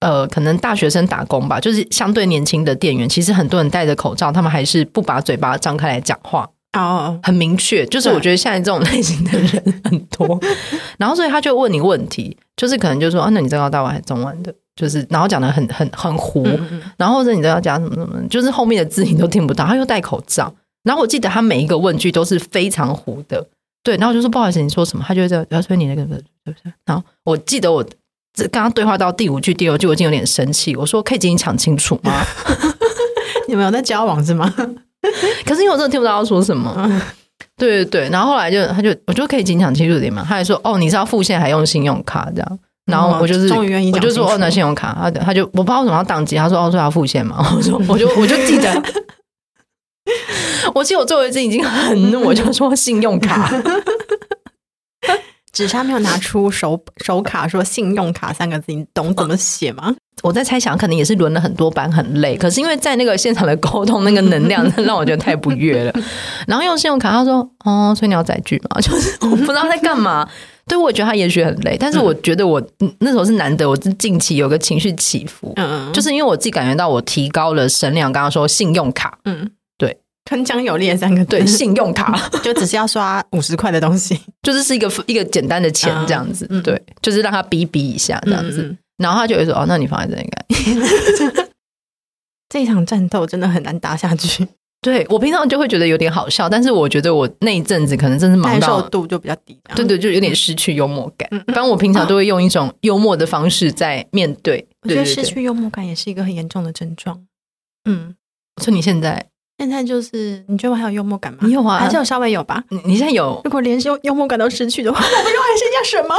Speaker 1: 呃，可能大学生打工吧，就是相对年轻的店员，其实很多人戴着口罩，他们还是不把嘴巴张开来讲话，
Speaker 2: 哦， *laughs*
Speaker 1: 很明确。就是
Speaker 2: 对
Speaker 1: 我觉得现在这种类型的人很多， *laughs* 然后所以他就问你问题，就是可能就说啊，那你这个要带完还是中文的？就是然后讲的很很很糊，然后或者你都要讲什么什么，就是后面的字你都听不到，他又戴口罩。然后我记得他每一个问句都是非常糊的，对。然后我就说不好意思，你说什么？他就会在他说你那个对不对？然后我记得我这刚刚对话到第五句、第六句，我已经有点生气，我说可以请你讲清楚吗？ *laughs*
Speaker 2: 你们有在交往是 *laughs* 吗？
Speaker 1: 可是因为我真的听不到他说什么。对对对，然后后来就他就我就可以请讲清楚点嘛，他还说哦你是要付现还用信用卡这样，然后我就是、
Speaker 2: 哦终于愿意
Speaker 1: 我
Speaker 2: 讲
Speaker 1: 就
Speaker 2: 清楚
Speaker 1: 说哦那信用卡，他他就我不知道为什么要宕机，他说哦说要付现嘛，我说我就我就记
Speaker 2: *laughs*
Speaker 1: 得，我记得我最后一次已经很
Speaker 2: *laughs*
Speaker 1: 怒，我就说信用卡，
Speaker 2: 只差没有拿出手手卡说信用卡三个字，你懂怎么写吗？
Speaker 1: 我在猜想可能也是轮了很多班很
Speaker 2: 嗯
Speaker 1: 累，可是因为在那个现场的沟通那个能量 *laughs* 让我觉得太不悦
Speaker 2: *laughs*
Speaker 1: 了，然后用信用卡他说哦所以你要载具嘛，就是我不知道他在干嘛。 *laughs* 对，我觉得他也许很累，但是我觉得我、嗯那时候是难得，我是近期有个情绪起伏，
Speaker 2: 嗯，
Speaker 1: 就是因为我自己感觉到我提高了声量。刚刚说信用
Speaker 2: *laughs*
Speaker 1: 卡，
Speaker 2: 嗯，
Speaker 1: 对，
Speaker 2: 铿锵有力的三个字
Speaker 1: 对，信用卡
Speaker 2: *laughs* 就只是要刷五十块的东西，
Speaker 1: 就是是一个一个简单的钱这样子，
Speaker 2: 嗯嗯
Speaker 1: 对，就是让他逼逼一下这样子，
Speaker 2: 嗯。嗯
Speaker 1: 然后他就会说哦，那你放在这应该。
Speaker 2: 这场战斗真的很难打下去，
Speaker 1: 对我平常就会觉得有点好笑，但是我觉得我那一阵子可能真是忙
Speaker 2: 耐
Speaker 1: 到
Speaker 2: 受度就比较低。
Speaker 1: 对，对，就有点失去幽默感
Speaker 2: 嗯。
Speaker 1: 反正我平常都会用一种幽默的方式在面对。
Speaker 2: 我觉得
Speaker 1: 对
Speaker 2: 失，去幽默感也是一个很严重的症状。嗯，
Speaker 1: 对对所以你现在，现
Speaker 2: 现在就是你觉得我还有幽默感吗？
Speaker 1: 你有啊
Speaker 2: 还是有稍微有吧。
Speaker 1: 你你现在有，
Speaker 2: 如果连幽幽默感都失去的话， *laughs* 我们又还剩下什么？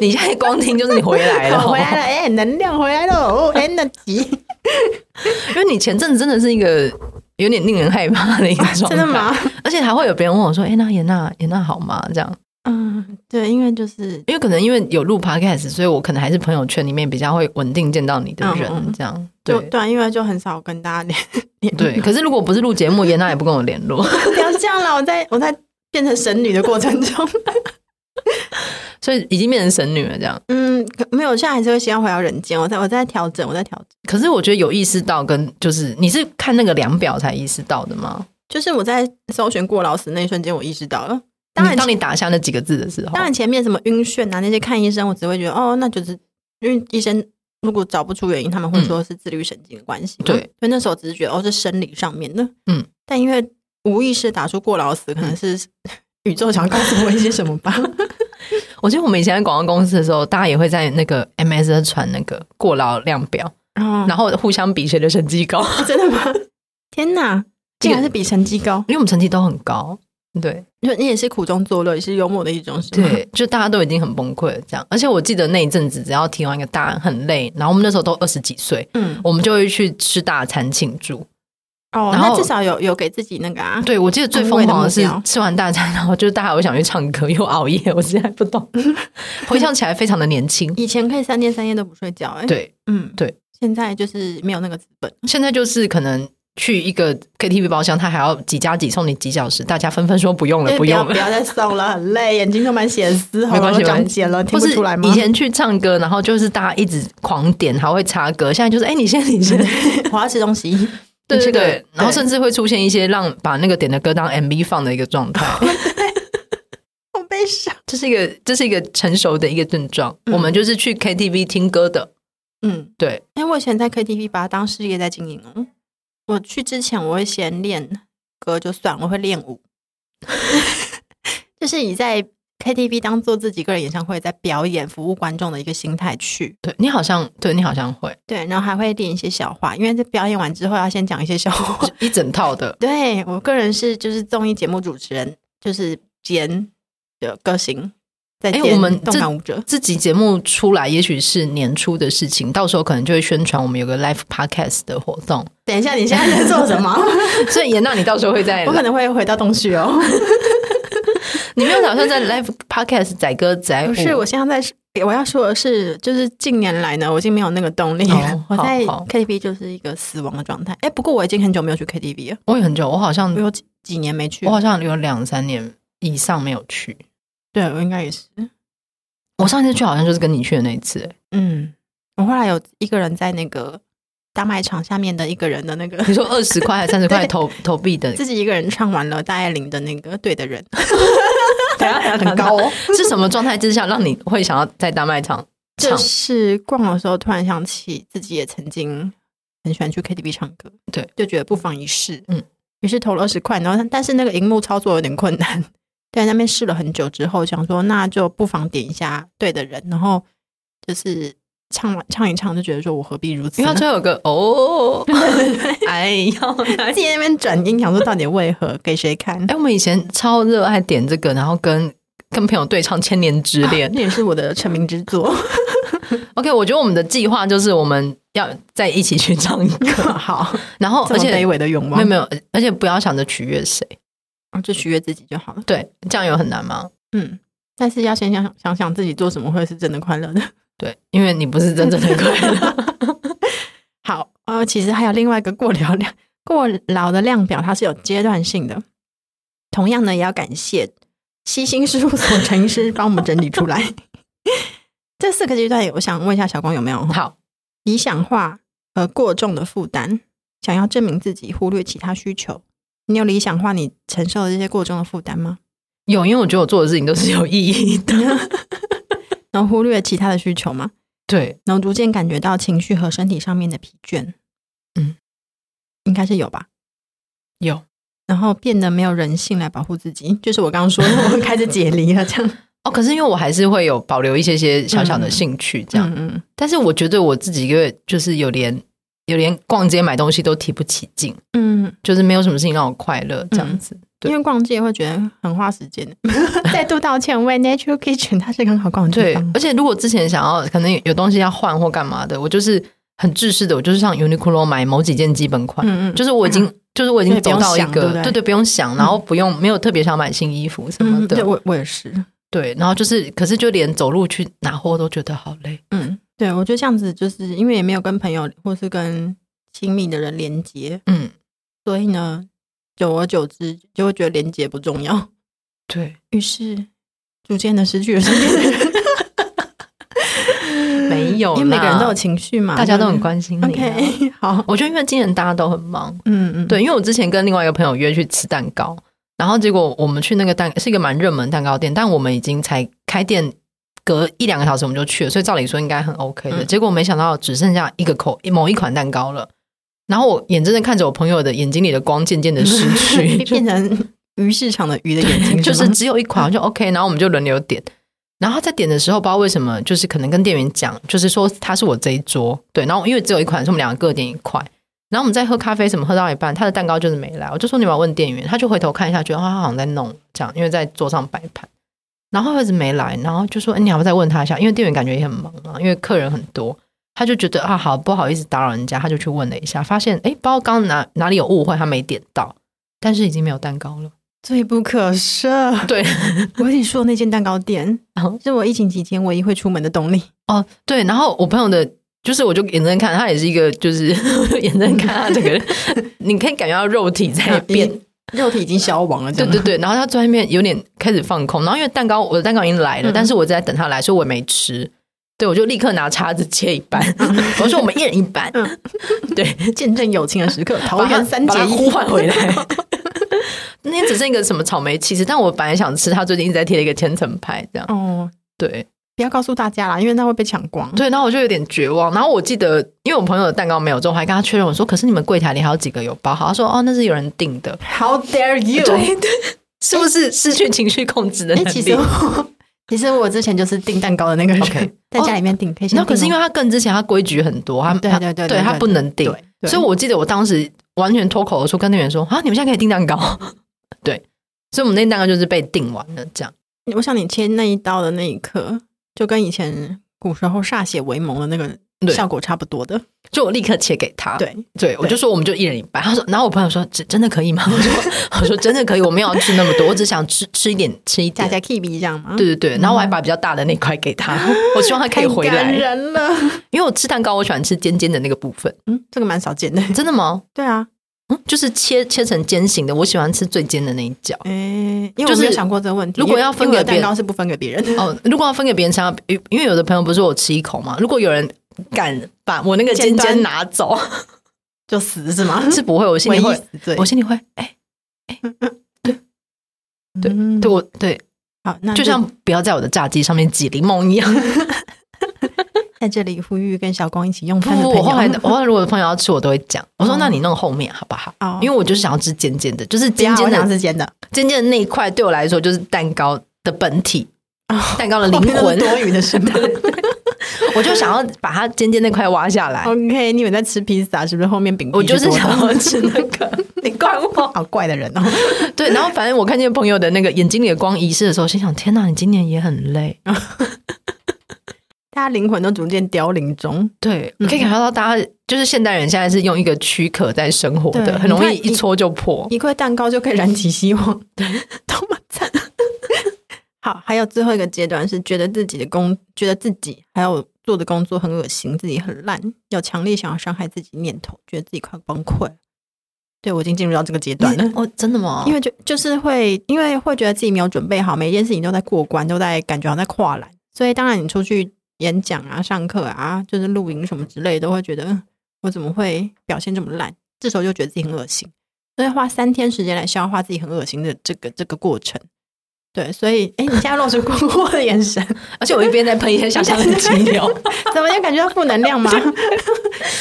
Speaker 1: 你现在光听就是你回来了，
Speaker 2: *laughs*
Speaker 1: 哦
Speaker 2: 我回来了，哎、能量回来了，哦，energy，
Speaker 1: 因为你前阵子真的是一个有点令人害怕的一个状态，
Speaker 2: 真的吗？？
Speaker 1: 而且还会有别人问我说：“哎、那严娜，严娜好吗？”这样，
Speaker 2: 嗯，对，因为就是
Speaker 1: 因为可能因为有录 podcast，所以我可能还是朋友圈里面比较会稳定见到你的人，
Speaker 2: 嗯嗯嗯
Speaker 1: 这样
Speaker 2: 就
Speaker 1: 对。
Speaker 2: 对啊，因为就很少跟大家联联络
Speaker 1: 对，可是如果不是录节目，严娜也不跟我联络，
Speaker 2: *laughs* 不要这样了，我在我在变成神女的过程中，
Speaker 1: 所以已经变成神女了。这样，
Speaker 2: *laughs* 嗯，可没有，现在还是会希望回到人间。我在我在调整，我在调整，
Speaker 1: 可是我觉得有意识到跟就是你是看那个量表才意识到的吗？
Speaker 2: 就是我在搜寻过劳死那一瞬间，我意识到了。
Speaker 1: 当
Speaker 2: 当然
Speaker 1: 你，当你打下那几个字的时候，
Speaker 2: 当然前面什么晕眩啊那些看医生，我只会觉得哦，那就是因为医生如果找不出原因，他们会说是自律神经的关系嘛、
Speaker 1: 嗯对
Speaker 2: 所以那时候只是觉得哦是生理上面的，
Speaker 1: 嗯，
Speaker 2: 但因为无意识打出过劳死，可能是宇宙想要告诉我一些什
Speaker 1: *laughs*
Speaker 2: 么吧。
Speaker 1: 我记得我们以前在广告公司的时候，大家也会在那个 MS 传那个过劳量表，
Speaker 2: 哦，
Speaker 1: 然后互相比谁的成绩高，
Speaker 2: *laughs*
Speaker 1: *laughs*
Speaker 2: 真的吗？天哪，竟然是比成绩高！
Speaker 1: 因为我们成绩都很高。对
Speaker 2: 就你也是苦中作乐，也是幽默的一种，是吗？
Speaker 1: 对，就大家都已经很崩溃了，这样。而且我记得那一阵子，只要提完一个答案很累，然后我们那时候都二十几岁，
Speaker 2: 嗯，
Speaker 1: 我们就会去吃大餐庆祝。
Speaker 2: 哦，
Speaker 1: 然
Speaker 2: 那
Speaker 1: 后
Speaker 2: 至少有有给自己那个啊，
Speaker 1: 对，我记得最疯狂的
Speaker 2: 安慰
Speaker 1: 是
Speaker 2: 的目标
Speaker 1: 吃完大餐，然后就是大家会想去唱歌，又熬夜，我现在不
Speaker 2: *laughs*
Speaker 1: 懂，回想起来非常的年轻。
Speaker 2: 以前可以三天三夜都不睡觉、哎，，
Speaker 1: 对，
Speaker 2: 嗯，
Speaker 1: 对，
Speaker 2: 现在就是没有那个资本，
Speaker 1: 现在就是可能去一个 KTV 包厢，他还要几加几送你几小时，大家纷纷说不用了，
Speaker 2: 就是
Speaker 1: 不
Speaker 2: 要
Speaker 1: 用
Speaker 2: 哎不
Speaker 1: 了。
Speaker 2: 要再送了，很累，眼睛充满
Speaker 1: *laughs*
Speaker 2: 血丝，
Speaker 1: 没
Speaker 2: 喉
Speaker 1: 关
Speaker 2: 咙
Speaker 1: 系
Speaker 2: 都
Speaker 1: 没关
Speaker 2: 长
Speaker 1: 系
Speaker 2: 茧了，听
Speaker 1: 或
Speaker 2: 不
Speaker 1: 是
Speaker 2: 出来吗？
Speaker 1: 以前去唱歌，然后就是大家一直狂点，还会插歌。现在就是，哎、你先，你
Speaker 2: *laughs*
Speaker 1: 先，
Speaker 2: *laughs* 我要吃东西，
Speaker 1: *laughs* 对对
Speaker 2: 这个
Speaker 1: 对，然后甚至会出现一些让把那个点的歌当 MV 放的一个
Speaker 2: *laughs*
Speaker 1: 状态，
Speaker 2: 好悲伤，
Speaker 1: 这是一个这是一个成熟的一个症状。
Speaker 2: 嗯
Speaker 1: 我们就是去 KTV 听歌的，
Speaker 2: 嗯，
Speaker 1: 对，
Speaker 2: 因为我以前在 KTV 把它当事业在经营哦，我去之前，我会先练歌就算，我会练舞， *laughs* 就是以在 KTV 当做自己个人演唱会，在表演服务观众的一个心态去。
Speaker 1: 对你好像，对你好像会
Speaker 2: 对，然后还会练一些笑话，因为在表演完之后要先讲一些笑话。
Speaker 1: 一整套的，
Speaker 2: 对我个人是就是综艺节目主持人，就是兼的歌星，在
Speaker 1: 哎我们
Speaker 2: 动
Speaker 1: 这
Speaker 2: 感舞者。
Speaker 1: 自己节目出来，也许是年初的事情，到时候可能就会宣传我们有个 live podcast 的活动，
Speaker 2: 等一下，你现在在做什么？
Speaker 1: 所以严娜，你到时候会在
Speaker 2: *laughs* 我可能会回到洞穴哦。
Speaker 1: 你没有打算在 live podcast 载歌载舞？
Speaker 2: 不是，我现在在我要说的是，就是近年来呢，我已经没有那个动力了。
Speaker 1: 哦
Speaker 2: 我在
Speaker 1: 好好
Speaker 2: KTV 就是一个死亡的状态。哎，不过我已经很久没有去 KTV 了，
Speaker 1: 我也很久，我好像
Speaker 2: 我有几几年没去
Speaker 1: 我。好像有两三年以上没有去。
Speaker 2: 对，我应该也是。
Speaker 1: 我上次去好像就是跟你去的那一次、欸
Speaker 2: 嗯，我后来有一个人在那个大卖场下面的一个人的那个，
Speaker 1: 你说二十块还三十块
Speaker 2: *laughs* 对，
Speaker 1: 投投币的
Speaker 2: 自己一个人唱完了大爱玲的那个对
Speaker 1: *laughs*
Speaker 2: 的人，
Speaker 1: 等下
Speaker 2: 很高哦。
Speaker 1: 是什么状态之下让你会想要在大卖场唱？
Speaker 2: 就是逛的时候突然想起自己也曾经很喜欢去 KTV 唱歌，
Speaker 1: 对，
Speaker 2: 就觉得不妨一试，
Speaker 1: 嗯，
Speaker 2: 于是投了二十块，然后但是那个荧幕操作有点困难， *laughs* 对，那边试了很久之后，想说那就不妨点一下对的人，然后就是唱完唱一唱，就觉得说我何必如此
Speaker 1: 因为
Speaker 2: 呢？
Speaker 1: 它最后有个
Speaker 2: *laughs*
Speaker 1: 哦，哎呀，
Speaker 2: 自己在那边转音，想说到底为何给谁
Speaker 1: *laughs*
Speaker 2: 看？
Speaker 1: 哎，我们以前超热爱点这个，然后跟跟朋友对唱《千年之恋》
Speaker 2: *laughs* 那也是我的成名之作。
Speaker 1: *laughs*
Speaker 2: *laughs*
Speaker 1: OK，我觉得我们的计划就是我们要在一起去唱歌，
Speaker 2: *laughs* 好，
Speaker 1: 然后
Speaker 2: 这
Speaker 1: 而
Speaker 2: 么
Speaker 1: 且
Speaker 2: 卑微的愿望，
Speaker 1: 没有没有，而且不要想着取悦谁，
Speaker 2: 有，嗯就取悦自己就好了。
Speaker 1: 对，这样有很难吗？
Speaker 2: 嗯，但是要先想想想自己做什么会是真的快乐的。
Speaker 1: 对，因为你不是真正的快乐。
Speaker 2: 好，呃，其实还有另外一个过劳量过劳的量表，它是有阶段性的。同样呢，也要感谢西星事务所陈医师帮我们整理出来 *laughs* 这四个阶段。我想问一下小光有没有
Speaker 1: *laughs* 好，
Speaker 2: 理想化和过重的负担，想要证明自己，忽略其他需求。你有理想化你承受的这些过重的负担吗？
Speaker 1: 有，因为我觉得我做的事情都是有意义 *laughs* 的。
Speaker 2: *laughs* 然后忽略其他的需求吗？
Speaker 1: 对，
Speaker 2: 然后逐渐感觉到情绪和身体上面的疲倦。
Speaker 1: 嗯，
Speaker 2: 应该是有吧。
Speaker 1: 有
Speaker 2: 然后变得没有人性来保护自己，就是我刚刚说的，我们开始解离了，这样，
Speaker 1: 哦。可是因为我还是会有保留一些些小小的兴趣，这样。
Speaker 2: 嗯嗯，
Speaker 1: 但是我觉得我自己因为就是有连有连逛街买东西都提不起劲，
Speaker 2: 嗯，
Speaker 1: 就是没有什么事情让我快乐这样子。对
Speaker 2: 因为逛街会觉得很花时间。
Speaker 1: *laughs*
Speaker 2: 再度道歉，为 Natural Kitchen 它是个很好逛的地
Speaker 1: 对
Speaker 2: 方，
Speaker 1: 而且如果之前想要可能有东西要换或干嘛的，我就是很自私的，我就是上 Uniqlo 买某几件基本款，
Speaker 2: 嗯嗯，
Speaker 1: 就是我已经、就是我已经
Speaker 2: 对不用
Speaker 1: 走到一
Speaker 2: 想对
Speaker 1: 个
Speaker 2: 不对
Speaker 1: 对对不用想，然后不用、没有特别想买新衣服什么
Speaker 2: 嗯，
Speaker 1: 的，
Speaker 2: 对我我也是，
Speaker 1: 对，然后就是可是就连走路去拿货都觉得好累，
Speaker 2: 嗯，对我觉得这样子，就是因为也没有跟朋友或是跟亲密的人连接，
Speaker 1: 嗯，
Speaker 2: 所以呢，久而久之就会觉得连接不重要，
Speaker 1: 对，
Speaker 2: 于是逐渐的失去了身边的人，
Speaker 1: 没 *laughs* 有啦，
Speaker 2: 因为每个人都有情绪嘛，
Speaker 1: 大家都很
Speaker 2: 关
Speaker 1: 关心你啊、
Speaker 2: OK，
Speaker 1: *laughs*
Speaker 2: 好，*laughs*
Speaker 1: 我觉得因为今年大家都很忙，
Speaker 2: 嗯嗯，
Speaker 1: 对，因为我之前跟另外一个朋友约去吃蛋糕，然后结果我们去那个蛋是一个蛮热门的蛋糕店，但我们已经才开店隔一两个小时我们就去了，所以照理说应该很 OK 的，
Speaker 2: 嗯
Speaker 1: 结果没想到只剩下一个口某一款蛋糕了。然后我眼睁睁看着我朋友的眼睛里的光渐渐的失
Speaker 2: *laughs*
Speaker 1: 去，就
Speaker 2: 变成鱼市场的鱼的眼睛，
Speaker 1: 就是
Speaker 2: 吗
Speaker 1: 只有一款，我就 OK，然后我们就轮流点。然后他在点的时候，不知道为什么，就是可能跟店员讲，就是说他是我这一桌，对。然后因为只有一款，所以我们两个各点一块。然后我们在喝咖啡什么，喝到一半，他的蛋糕就是没来，我就说你要问店员，他就回头看一下，觉得哦他好像在弄这样，因为在桌上摆盘。然后他一直没来，然后就说、哎你要不要再问他一下，因为店员感觉也很忙啊，因为客人很多，他就觉得啊好不好意思打扰人家，他就去问了一下，发现哎，包刚刚哪哪里有误会，他没点到，但是已经没有蛋糕了，
Speaker 2: *laughs* 罪不可赦。
Speaker 1: 对。
Speaker 2: 我跟你说，那间蛋糕店
Speaker 1: 哦
Speaker 2: 是我疫情期间唯一会出门的动力。
Speaker 1: 哦，对，然后我朋友的，就是我就眼睁看，他也是一个，就是 *laughs* 眼睁看他这个人，
Speaker 2: *laughs*
Speaker 1: 你可以感觉到肉体
Speaker 2: 啊
Speaker 1: 在变，
Speaker 2: 肉体已经消亡了，
Speaker 1: 对对对，然后他坐在那边有点开始放空，然后因为蛋糕我的蛋糕已经来了，
Speaker 2: 嗯
Speaker 1: 但是我在等他来，所以我也没吃。对，我就立刻拿叉子切一半， *laughs* 我说我们一人一半，
Speaker 2: 嗯
Speaker 1: *laughs* 对，
Speaker 2: 对，见证友情的时刻，桃
Speaker 1: 把它
Speaker 2: 园三结
Speaker 1: 把它
Speaker 2: 义
Speaker 1: 呼唤回来。 *laughs* 那天只剩一个什么草莓起司，但我本来想吃，他最近一直在贴一个千层派，这样
Speaker 2: 哦，
Speaker 1: 对，
Speaker 2: 不要告诉大家啦，因为那会被抢光。
Speaker 1: 对，然后我就有点绝望。然后我记得，因为我朋友的蛋糕没有之后，我还跟他确认，我说：“可是你们柜台里还有几个有包好？”他说：“哦，那是有人订的。
Speaker 2: How dare you！
Speaker 1: 对对， *laughs* 是不是失去情绪控制的
Speaker 2: 哎、
Speaker 1: 能
Speaker 2: 其实
Speaker 1: 力？
Speaker 2: 我其实我之前就是订蛋糕的那个人
Speaker 1: OK
Speaker 2: 在家里面订，可以先
Speaker 1: 那
Speaker 2: 订哦。
Speaker 1: 可是因为他更之前他规矩很多，他
Speaker 2: 对
Speaker 1: 他
Speaker 2: 对对
Speaker 1: 对
Speaker 2: 对
Speaker 1: 他不能订，
Speaker 2: 对
Speaker 1: 所以我记得我当时完全脱口而出跟店员说：“啊，你们现在可以订蛋糕。”对，所以我们那蛋糕就是被订完了，这样
Speaker 2: 我想你切那一刀的那一刻，就跟以前古时候歃血为盟的那个
Speaker 1: 对啊
Speaker 2: 效果差不多的。
Speaker 1: 就我立刻切给他。
Speaker 2: 对，
Speaker 1: 对，我就说我们就一人一半。他说，然后我朋友说：“真真的可以吗？”我说：“ *laughs* 我说真的可以，我没有要吃那么多，我只想吃吃一点，吃一
Speaker 2: 加
Speaker 1: 点。
Speaker 2: 加 K B 这样吗？
Speaker 1: 对，对对，然后我还把比较大的那块给
Speaker 2: *laughs*
Speaker 1: 他，我希望他可以
Speaker 2: 太
Speaker 1: 回
Speaker 2: 嗯感
Speaker 1: 来，
Speaker 2: 人了。
Speaker 1: *laughs* 因为我吃蛋糕我喜欢吃尖尖的那个部分。
Speaker 2: 嗯，这个蛮少见的。
Speaker 1: 真的吗？
Speaker 2: 对啊，
Speaker 1: 嗯，就是切切成尖形的，我喜欢吃最尖的那一角。
Speaker 2: 哎、因为我
Speaker 1: 就是
Speaker 2: 没有想过这个问题。
Speaker 1: 如果要
Speaker 2: 因为
Speaker 1: 分
Speaker 2: 因为我
Speaker 1: 给别人
Speaker 2: 蛋糕是不分给别人
Speaker 1: *laughs*
Speaker 2: 的。
Speaker 1: 哦，如果要分给别人吃，要因因为有的朋友不是我吃一口嘛，如果有人敢把我那个尖
Speaker 2: 尖端
Speaker 1: 尖拿
Speaker 2: *laughs*
Speaker 1: 走，
Speaker 2: 就死是吗？
Speaker 1: 是不会，我心
Speaker 2: 唯
Speaker 1: 里
Speaker 2: 一
Speaker 1: 会，
Speaker 2: 死罪
Speaker 1: 我。心里会，哎、
Speaker 2: 对
Speaker 1: 对，我对，
Speaker 2: 嗯好，那
Speaker 1: 就像不要在我的炸鸡上面挤柠檬一样。
Speaker 2: 嗯在这里呼吁跟小光一起用
Speaker 1: 不
Speaker 2: 餐的
Speaker 1: 不，
Speaker 2: 朋友。
Speaker 1: 我后来我后来如果朋友要吃，我都会讲，我说那你弄后面好不好？
Speaker 2: 哦
Speaker 1: 因为我就是想要吃尖尖的，就是
Speaker 2: 不要
Speaker 1: 尖尖
Speaker 2: 我想
Speaker 1: 的
Speaker 2: 是尖的，
Speaker 1: 尖尖的那一块对我来说就是蛋糕的本体，蛋糕的 *laughs* 灵
Speaker 2: 哦后面 *laughs* 都
Speaker 1: 魂
Speaker 2: 是。多余的是吗
Speaker 1: *laughs* 我就想要把它尖尖那块挖下来，
Speaker 2: ？OK，你以为在吃披萨，是不是后面饼皮
Speaker 1: 我就是
Speaker 2: 多的
Speaker 1: 想要吃那
Speaker 2: *laughs*
Speaker 1: 个。你管我？
Speaker 2: 好怪的人哦。
Speaker 1: 对，然后反正我看见朋友的那个眼睛里的光遗失的时候，心想：天哪，你今年也很累。
Speaker 2: 大家灵魂都逐渐凋零中，
Speaker 1: 对，我可以感受到大家就是现代人现在是用一个躯壳在生活
Speaker 2: 对
Speaker 1: 的，很容易
Speaker 2: 你看
Speaker 1: 一戳就破。
Speaker 2: 一块蛋糕就可以燃起希望， *laughs* 对，多么赞！ *laughs* 好，还有最后一个阶段是觉得自己的工，觉得自己还有做的工作很恶心，自己很烂，有强烈想要伤害自己念头，觉得自己快崩溃了。对我已经进入到这个阶段了
Speaker 1: 你，哦，真的吗？
Speaker 2: 因为就就是会，因为会觉得自己没有准备好，每一件事情都在过关，都在感觉好像在跨栏，所以当然你出去演讲啊、上课啊，就是露营什么之类，都会觉得嗯我怎么会表现这么烂？这时候就觉得自己很恶心，所以花三天时间来消化自己很恶心的这个这个过程。对，所以哎，你现在露出困惑的眼神， *laughs*
Speaker 1: 而且我一边在喷一些想象的精油，
Speaker 2: 怎么就感觉到负能量吗？ *laughs*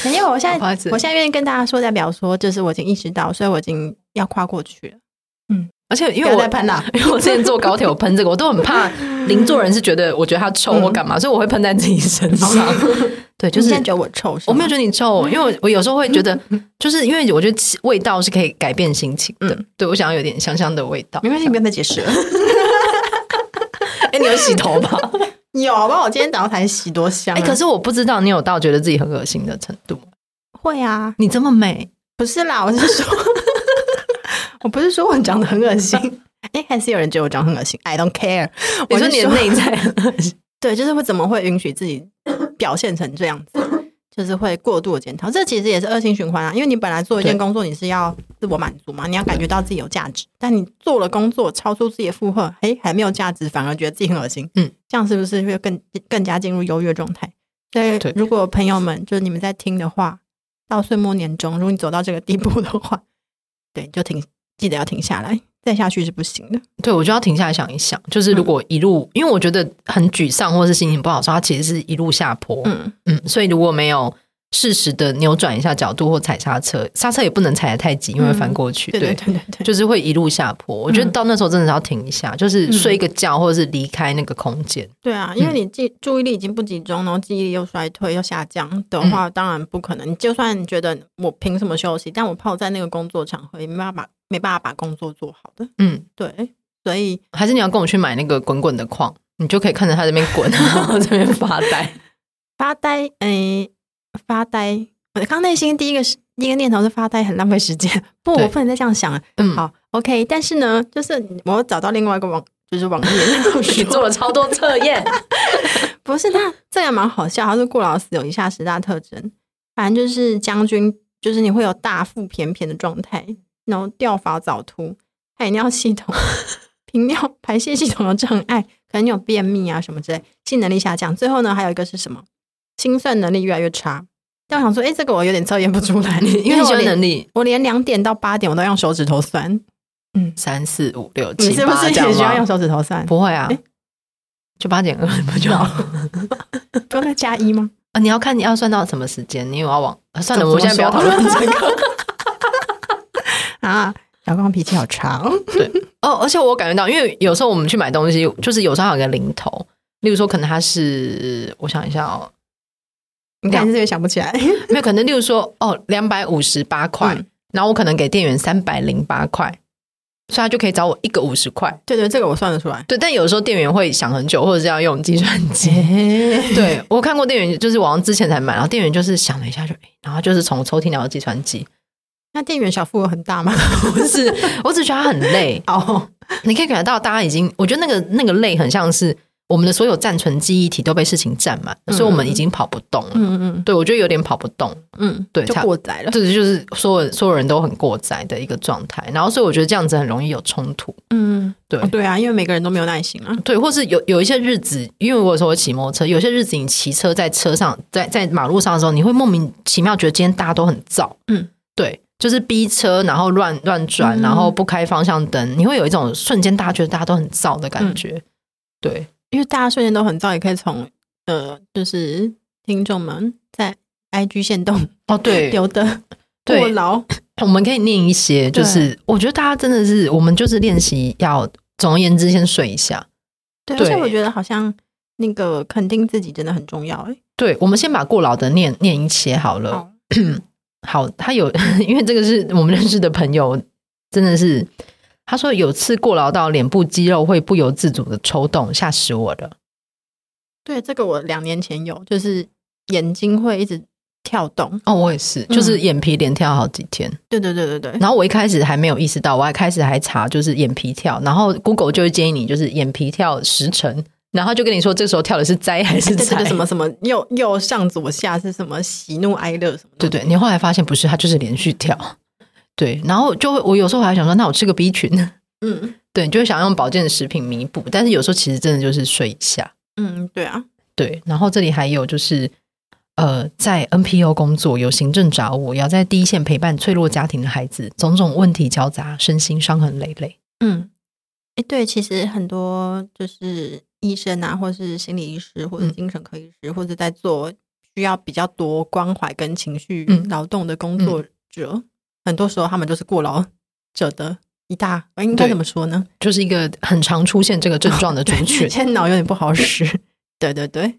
Speaker 2: 没有，我现在
Speaker 1: 不好意思
Speaker 2: 我现在愿意跟大家说，代表说，就是我已经意识到，所以我已经要跨过去了。
Speaker 1: 而且因
Speaker 2: 不
Speaker 1: 为
Speaker 2: 要
Speaker 1: 我
Speaker 2: 再喷了，
Speaker 1: *laughs* 因为我之前坐高铁我喷这个，我都很怕邻座人是觉得我觉得他臭或干嘛，所以我会喷在自己身上。 *laughs* 对，就是
Speaker 2: 嗯哦你现在觉得我嗯臭是吗，
Speaker 1: 我没有觉得你臭，因为我我有时候会觉得，就是因为我觉得气味道是可以改变心情的。对我想要有点香香的味道
Speaker 2: 嗯没。关系，不要再解释了。
Speaker 1: 哎，你有洗头吗？
Speaker 2: *laughs* 有吧？我今天早上才洗多香、啊。
Speaker 1: 哎，可是我不知道你有到觉得自己很恶心的程度。
Speaker 2: 会啊，
Speaker 1: 你这么美，
Speaker 2: 不是啦，我是说， *laughs* 我不是说我长得很恶心。哎、还是有人觉得我长得很恶心，I don't care。
Speaker 1: 你
Speaker 2: 我
Speaker 1: 说
Speaker 2: 是
Speaker 1: 你的内在很恶
Speaker 2: *laughs*
Speaker 1: 心，
Speaker 2: 对，就是会怎么会允许自己表现成这样子？就是会过度的检讨，这其实也是恶性循环啊。因为你本来做一件
Speaker 1: 对
Speaker 2: 工作，你是要自我满足嘛，你要感觉到自己有价值，但你做了工作超出自己的负荷，哎，还没有价值，反而觉得自己很恶心。
Speaker 1: 嗯，
Speaker 2: 这样是不是会更更加进入优越状态？所以
Speaker 1: 对，
Speaker 2: 如果朋友们就是你们在听的话，到岁末年终，如果你走到这个地步的话，对，就停，记得要停下来，再下去是不行的。
Speaker 1: 对我就要停下来想一想。就是
Speaker 2: 嗯
Speaker 1: 如果一路，因为我觉得很沮丧或是心情不好的时候，它其实是一路下坡。
Speaker 2: 嗯，
Speaker 1: 嗯，所以如果没有适时的扭转一下角度或踩刹车，刹车也不能踩得太急，因为会翻过去。
Speaker 2: 嗯对对嗯对对对，
Speaker 1: 就是会一路下坡。我觉得到那时候真的是要停一下，就是
Speaker 2: 嗯
Speaker 1: 睡一个觉，或者是离开那个空间。嗯
Speaker 2: 对啊，因为你记注意力已经不集中，然后记忆力又衰退又下降的
Speaker 1: 嗯
Speaker 2: 话，当然不可能。你就算你觉得我凭什么休息，但我泡在那个工作场合，也没办法把没办法把工作做好的。
Speaker 1: 嗯，
Speaker 2: 对，所以
Speaker 1: 还是你要跟我去买那个滚滚的矿，你就可以看着它这边滚，然后这边发
Speaker 2: *laughs*
Speaker 1: 呆。
Speaker 2: 发呆，诶、发呆。我刚内心第一个是第一个念头是发呆，很浪费时间。不，
Speaker 1: 对
Speaker 2: 我不能再这样想了。
Speaker 1: 嗯，
Speaker 2: 好，OK，但是呢，就是我找到另外一个网，就是网页，
Speaker 1: 你做了超多测
Speaker 2: *laughs*
Speaker 1: 验。
Speaker 2: 不是他，这个蛮好笑。他说顾老师有以下十大特征，反正就是将军，就是你会有大腹便便的状态，然后掉发早秃，排尿
Speaker 1: *laughs*
Speaker 2: 系统、频尿排泄系统有障碍，可能你有便秘啊什么之类，性能力下降。最后呢，还有一个是什么？心算能力越来越差。但我想说，哎、这个我有点测验不出来，
Speaker 1: 因为你
Speaker 2: 我
Speaker 1: 学
Speaker 2: 连
Speaker 1: 能力
Speaker 2: 我连两点到八点我都用手指头算，
Speaker 1: 三四五六
Speaker 2: 你
Speaker 1: 七
Speaker 2: 是不
Speaker 1: 八
Speaker 2: 是
Speaker 1: 这样
Speaker 2: 也需要用
Speaker 1: 吗？
Speaker 2: 手指头算？
Speaker 1: 不会啊
Speaker 2: 诶，
Speaker 1: 就八点二不就好了？ *laughs*
Speaker 2: 不用再加一吗？
Speaker 1: 啊，你要看你要算到什么时间，你有要往、啊算了，
Speaker 2: 怎么
Speaker 1: 我现在不要讨论这个。
Speaker 2: *laughs* 啊，小光脾气好差 *laughs* 哦。
Speaker 1: 哦，而且我感觉到，因为有时候我们去买东西，就是有时候有个零头，例如说可能它是，我想一下哦，
Speaker 2: 你看这边想不起来，
Speaker 1: 没有可能，例如说哦，两百五十八块，
Speaker 2: 嗯
Speaker 1: 然后我可能给店员三百零八块，所以他就可以找我一个五十块。
Speaker 2: *laughs* 对对，这个我算得出 *laughs* 来。
Speaker 1: 对，但有时候店员会想很久，或者是要用计算机。
Speaker 2: 嗯对，
Speaker 1: 对我看过店员，就是网上之前才买，然后店员就是想了一下就，诶然后就是从抽屉拿到计算机。 *laughs*
Speaker 2: 那店员小腹有很大 *laughs* 吗？
Speaker 1: 不是，我只觉得他很累，
Speaker 2: 哦，
Speaker 1: 你可以感觉到大家已经，我觉得那个那个累很像是我们的所有暂存记忆体都被事情占满，
Speaker 2: 嗯
Speaker 1: 所以我们已经跑不动了。
Speaker 2: 嗯嗯
Speaker 1: 对，我觉得有点跑不动，
Speaker 2: 嗯，
Speaker 1: 对
Speaker 2: 就
Speaker 1: 差
Speaker 2: 过载了。
Speaker 1: 这就是所有所有人都很过载的一个状态。然后，所以我觉得这样子很容易有冲突，
Speaker 2: 嗯，
Speaker 1: 对
Speaker 2: 哦对啊，因为每个人都没有耐心啊。
Speaker 1: 对，或是有有一些日子，因为我有时候会骑摩托车，有些日子你骑车在车上，在在马路上的时候，你会莫名其妙觉得今天大家都很燥，
Speaker 2: 嗯，
Speaker 1: 对，就是逼车，然后乱乱转，
Speaker 2: 嗯
Speaker 1: 然后不开方向灯，你会有一种瞬间大家觉得大家都很燥的感觉，
Speaker 2: 嗯
Speaker 1: 对。
Speaker 2: 因为大家瞬间都很燥，也可以从呃，就是听众们在 IG 线动
Speaker 1: 哦，对，
Speaker 2: *laughs* 留的
Speaker 1: 对
Speaker 2: 过劳，
Speaker 1: 我们可以念一些，就是我觉得大家真的是，我们就是练习要，总而言之，先睡一下。
Speaker 2: 对，而
Speaker 1: 对
Speaker 2: 且我觉得好像那个肯定自己真的很重要、欸。
Speaker 1: 对，我们先把过劳的念念一些好了。
Speaker 2: 好，
Speaker 1: *clears throat* 好，他有， *laughs* 因为这个是我们认识的朋友，真的是，他说有次过劳到脸部肌肉会不由自主的抽动，吓死我了。
Speaker 2: 对，这个我两年前有，就是眼睛会一直跳动。
Speaker 1: 哦，我也是，就是眼皮连跳好几天。
Speaker 2: 对对对对对，
Speaker 1: 然后我一开始还没有意识到，我还开始还查就是眼皮跳，然后 Google 就会建议你就是眼皮跳十层，然后就跟你说这时候跳的是灾还是
Speaker 2: 哎对对
Speaker 1: 财
Speaker 2: 对，什么什么右右上左下是什么喜怒哀乐什么
Speaker 1: 对
Speaker 2: 的。
Speaker 1: 对，你后来发现不是，它就是连续跳。对，然后就会我有时候还想说，那我吃个 B 群，
Speaker 2: 嗯
Speaker 1: 对，就会想用保健食品弥补，但是有时候其实真的就是睡一下。
Speaker 2: 嗯，对啊，
Speaker 1: 对，然后这里还有就是，呃，在 NPO 工作有行政找我，也要在第一线陪伴脆弱家庭的孩子，种种问题交杂，身心伤痕累累。
Speaker 2: 嗯，哎，对，其实很多就是医生啊，或是心理医师，或者
Speaker 1: 嗯
Speaker 2: 精神科医师，或者在做需要比较多关怀跟情绪
Speaker 1: 嗯
Speaker 2: 劳动的工作者，很多时候他们就是过劳者的一大，呃应该
Speaker 1: 对
Speaker 2: 怎么说呢？
Speaker 1: 就是一个很常出现这个症状的族
Speaker 2: *laughs*
Speaker 1: 群，
Speaker 2: 现在脑有点不好使。 *laughs* 对对对，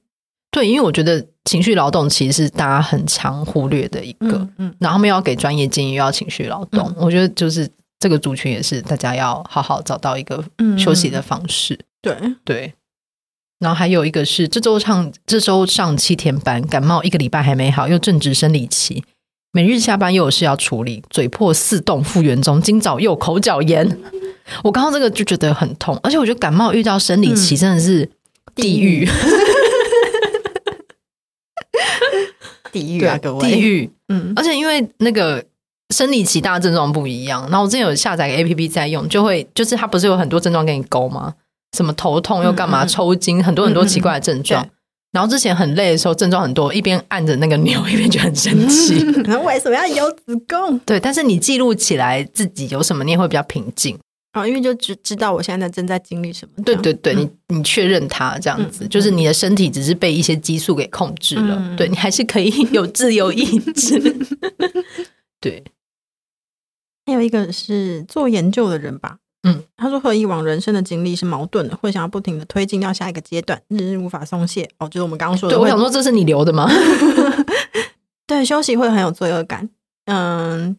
Speaker 1: 对，因为我觉得情绪劳动其实是大家很常忽略的一个，
Speaker 2: 嗯嗯，
Speaker 1: 然后他们又要给专业建议，又要情绪劳动，
Speaker 2: 嗯
Speaker 1: 我觉得就是这个族群也是大家要好好找到一个
Speaker 2: 嗯
Speaker 1: 休息的方式。
Speaker 2: 对，
Speaker 1: 对，然后还有一个是这周上这周上七天班，感冒一个礼拜还没好，又正值生理期，每日下班又有事要处理，嘴破四动复原中，今早又口角炎。我刚刚这个就觉得很痛，而且我觉得感冒遇到生理
Speaker 2: 嗯
Speaker 1: 期真的是地狱。
Speaker 2: 地狱
Speaker 1: 对
Speaker 2: 啊，各
Speaker 1: *laughs*
Speaker 2: 位，
Speaker 1: 地，狱，
Speaker 2: 嗯
Speaker 1: 而且因为那个生理期大家症状不一样，然后我之前有下载个 A P P 在用，就会就是它不是有很多症状给你勾吗？什么头痛又干嘛、
Speaker 2: 嗯嗯嗯
Speaker 1: 抽筋，很多很多奇怪的症状。
Speaker 2: 对
Speaker 1: 然后之前很累的时候，症状很多，一边按着那个钮，一边就很生气。
Speaker 2: 嗯 *laughs* 为什么要有子宫？
Speaker 1: *laughs* 对，但是你记录起来自己有什么，你也会比较平静。
Speaker 2: 啊，因为就知知道我现在正在经历什么。
Speaker 1: 对对对，你你确认它这样子，
Speaker 2: 嗯嗯嗯
Speaker 1: 就是你的身体只是被一些激素给控制了，
Speaker 2: 嗯
Speaker 1: 对你还是可以 *laughs* 有自由意志。 *laughs* 对，
Speaker 2: 还有一个是做研究的人吧，
Speaker 1: 嗯，
Speaker 2: 他说和以往人生的经历是矛盾的，会想要不停的推进到下一个阶段，日日无法松懈。哦，就是我们刚刚说的
Speaker 1: 对，
Speaker 2: 会，
Speaker 1: 我想说这是你留的吗？
Speaker 2: 对休息会很有罪恶感。嗯，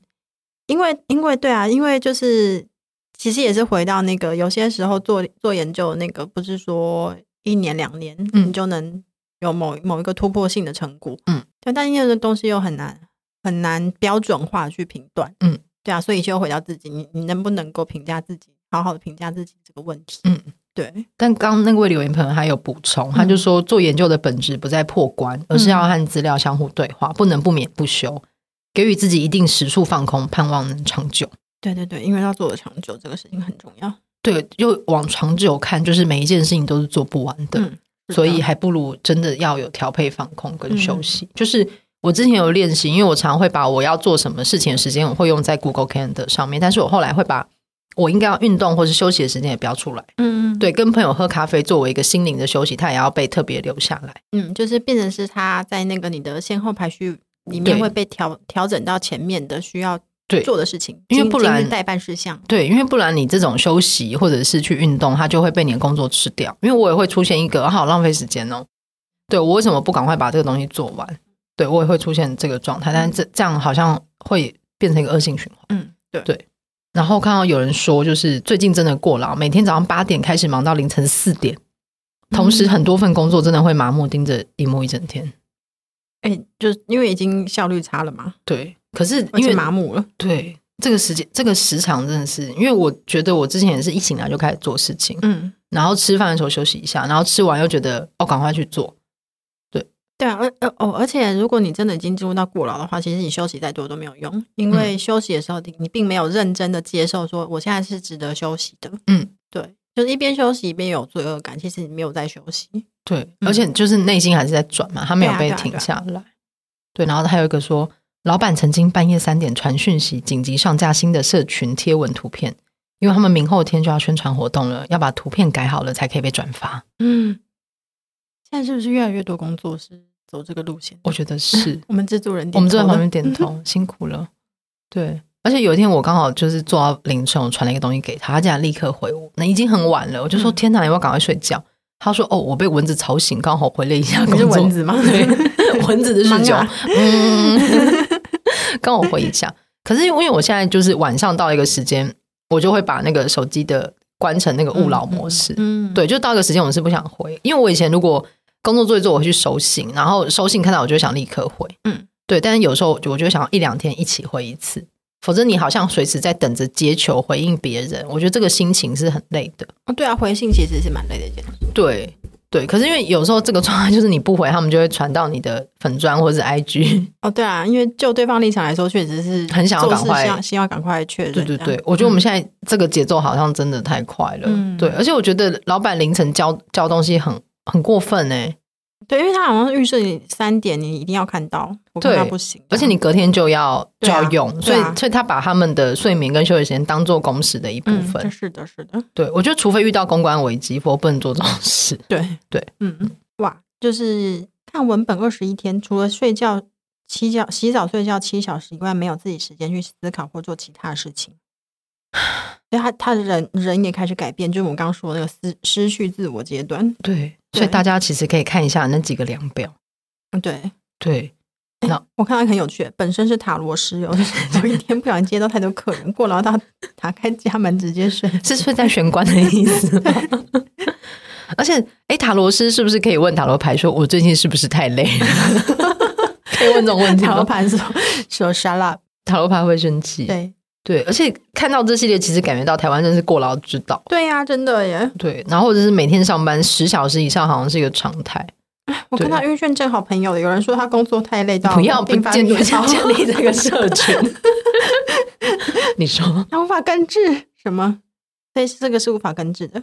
Speaker 2: 因为因为对啊，因为就是其实也是回到那个有些时候做做研究那个，不是说一年两年、
Speaker 1: 嗯
Speaker 2: 你就能有某某一个突破性的成果，
Speaker 1: 嗯，
Speaker 2: 对，但因为这东西又很难很难标准化去评断，
Speaker 1: 嗯，
Speaker 2: 对啊，所以就回到自己，你你能不能够评价自己，好好的评价自己这个问题，
Speaker 1: 嗯，
Speaker 2: 对，
Speaker 1: 但刚那位留言朋友他有补
Speaker 2: 嗯
Speaker 1: 充，他就说做研究的本质不在破关，而是要和资料相互对话，不能不勉不休，给予自己一定时速放空，盼望能长久。
Speaker 2: 对对对，因为要做的长久，这个事情很重要，
Speaker 1: 对，又往长久看，就是每一件事情都是做不完的，
Speaker 2: 嗯
Speaker 1: 所以
Speaker 2: 是的
Speaker 1: 还不如真的要有调配、放空跟休息。
Speaker 2: 嗯
Speaker 1: 就是我之前有练习，因为我常会把我要做什么事情的时间，我会用在 Google Calendar 上面，但是我后来会把我应该要运动或是休息的时间也不要出来。
Speaker 2: 嗯，
Speaker 1: 对，跟朋友喝咖啡作为一个心灵的休息，它也要被特别留下来。
Speaker 2: 嗯，就是变成是他在那个你的先后排序里面
Speaker 1: 对
Speaker 2: 会被调调整到前面的需要
Speaker 1: 对
Speaker 2: 做的事情，
Speaker 1: 因为
Speaker 2: 今
Speaker 1: 不然
Speaker 2: 今日代办事项。
Speaker 1: 对，因为不然你这种休息或者是去运动，它就会被你的工作吃掉。因为我也会出现一个啊好浪费时间哦，对我为什么不赶快把这个东西做完？对我也会出现这个状态，但是这这样好像会变成一个恶性循环。
Speaker 2: 嗯，对
Speaker 1: 对然后看到有人说，就是最近真的过劳，每天早上八点开始忙到凌晨四点，同
Speaker 2: 嗯
Speaker 1: 时很多份工作真的会麻木盯着荧幕一整天。
Speaker 2: 哎、就是因为已经效率差了嘛，
Speaker 1: 对，可是
Speaker 2: 而
Speaker 1: 因
Speaker 2: 且
Speaker 1: 为
Speaker 2: 麻木了。
Speaker 1: 对这个时间这个时长真的是，因为我觉得我之前也是一醒来就开始做事情，
Speaker 2: 嗯，
Speaker 1: 然后吃饭的时候休息一下，然后吃完又觉得哦，赶快去做。
Speaker 2: 对啊，而而哦，而且如果你真的已经进入到过劳的话，其实你休息再多都没有用，因
Speaker 1: 嗯
Speaker 2: 为休息的时候你你并没有认真的接受说我现在是值得休息的。
Speaker 1: 嗯，
Speaker 2: 对，就是一边休息一边有罪恶感，其实你没有在休息。
Speaker 1: 对，
Speaker 2: 嗯
Speaker 1: 而且就是内心还是在转嘛，他没有
Speaker 2: 对
Speaker 1: 被
Speaker 2: 啊
Speaker 1: 停下来。对，然后还有一个说，老板曾经半夜三点传讯息，紧急上架新的社群贴文图片，因为他们明后天就要宣传活动了，要把图片改好了才可以被转发。
Speaker 2: 嗯，现在是不是越来越多工作是走这个路线？
Speaker 1: 我觉得
Speaker 2: *laughs*，
Speaker 1: 是
Speaker 2: 我们制作人点头了，嗯
Speaker 1: 我们就在旁边点头，辛苦了。对，而且有一天我刚好就是做到凌晨，我传了一个东西给他，他竟然立刻回我，那已经很晚了，我就说
Speaker 2: 嗯
Speaker 1: 天哪，要不要赶快睡觉？他说哦，我被蚊子吵醒，刚好回了一下
Speaker 2: *laughs* 你
Speaker 1: 工
Speaker 2: 是
Speaker 1: 作。
Speaker 2: 蚊子吗？
Speaker 1: *laughs* 对，蚊子的事情
Speaker 2: *laughs* 忙啊，
Speaker 1: 嗯，跟我回一下。可是因为我现在就是晚上到一个时间，我就会把那个手机的关成那个勿扰模式。
Speaker 2: 嗯，
Speaker 1: 对，就到一个时间我是不想回，因为我以前如果工作做一做，我会去收信，然后收信看到我就会想立刻回，
Speaker 2: 嗯，
Speaker 1: 对。但是有时候我就我就想要一两天一起回一次，否则你好像随时在等着接球回应别人，我觉得这个心情是很累的。
Speaker 2: 哦，对啊，回信其实是蛮累的一件事。
Speaker 1: 对对，可是因为有时候这个状态就是你不回，他们就会传到你的粉砖或者是 IG。
Speaker 2: 哦，对啊，因为就对方立场来说，确实是
Speaker 1: 很想要
Speaker 2: 做
Speaker 1: 赶
Speaker 2: 事
Speaker 1: 快
Speaker 2: 希望希望赶快确认。
Speaker 1: 对对
Speaker 2: 这样
Speaker 1: 对，我觉得我们现在这个节奏好像真的太快了。
Speaker 2: 嗯
Speaker 1: 对，而且我觉得老板凌晨交交东西很很过分哎、
Speaker 2: 对，因为他好像预设你三点，你一定要看到，我看
Speaker 1: 对
Speaker 2: 到不行。
Speaker 1: 而且你隔天就要就
Speaker 2: 嗯对啊
Speaker 1: 要用，所
Speaker 2: 对啊
Speaker 1: 以所以他把他们的睡眠跟休息时间当做工时的一部
Speaker 2: 嗯，
Speaker 1: 分。
Speaker 2: 这是的，是的，
Speaker 1: 对我觉得，除非遇到公关危机，否则不能做这种
Speaker 2: *laughs*
Speaker 1: 事。
Speaker 2: 对
Speaker 1: 对，
Speaker 2: 嗯，哇，就是看文本二十一天，除了睡觉七觉、洗澡、睡觉七小时以外，没有自己时间去思考或做其他事情。所以他他的人人也开始改变，就是我们刚刚说的那个失失去自我阶段。
Speaker 1: 对，所以大家其实可以看一下那几个量表。
Speaker 2: 嗯，对，
Speaker 1: 对，
Speaker 2: 我看到一个很有趣，本身是塔罗师哦，就是有 *laughs* 一天不小心接到太多客人，过劳到打开家门直接睡。
Speaker 1: 这是在玄关的意思
Speaker 2: *laughs*
Speaker 1: 吗。而且，哎，塔罗师是不是可以问塔罗牌说，我最近是不是太
Speaker 2: *laughs*
Speaker 1: 累了？可以问 *laughs* 这种嗯问题
Speaker 2: 塔罗
Speaker 1: 吗？
Speaker 2: 盘说说 shut up，
Speaker 1: 塔罗牌会生气。
Speaker 2: 对
Speaker 1: 对，而且看到这系列，其实感觉到台湾真是过劳之岛。
Speaker 2: 对呀、真的耶！
Speaker 1: 对，然后或者是每天上班十小时以上，好像是一个常态。
Speaker 2: 我看到晕眩症好朋友的，有人说他工作太累到
Speaker 1: 不要不
Speaker 2: 并发
Speaker 1: 建立
Speaker 2: 低潮
Speaker 1: 建
Speaker 2: *laughs*
Speaker 1: 立这个社群。你说
Speaker 2: 他无法根治什么？所以这个是无法根治的。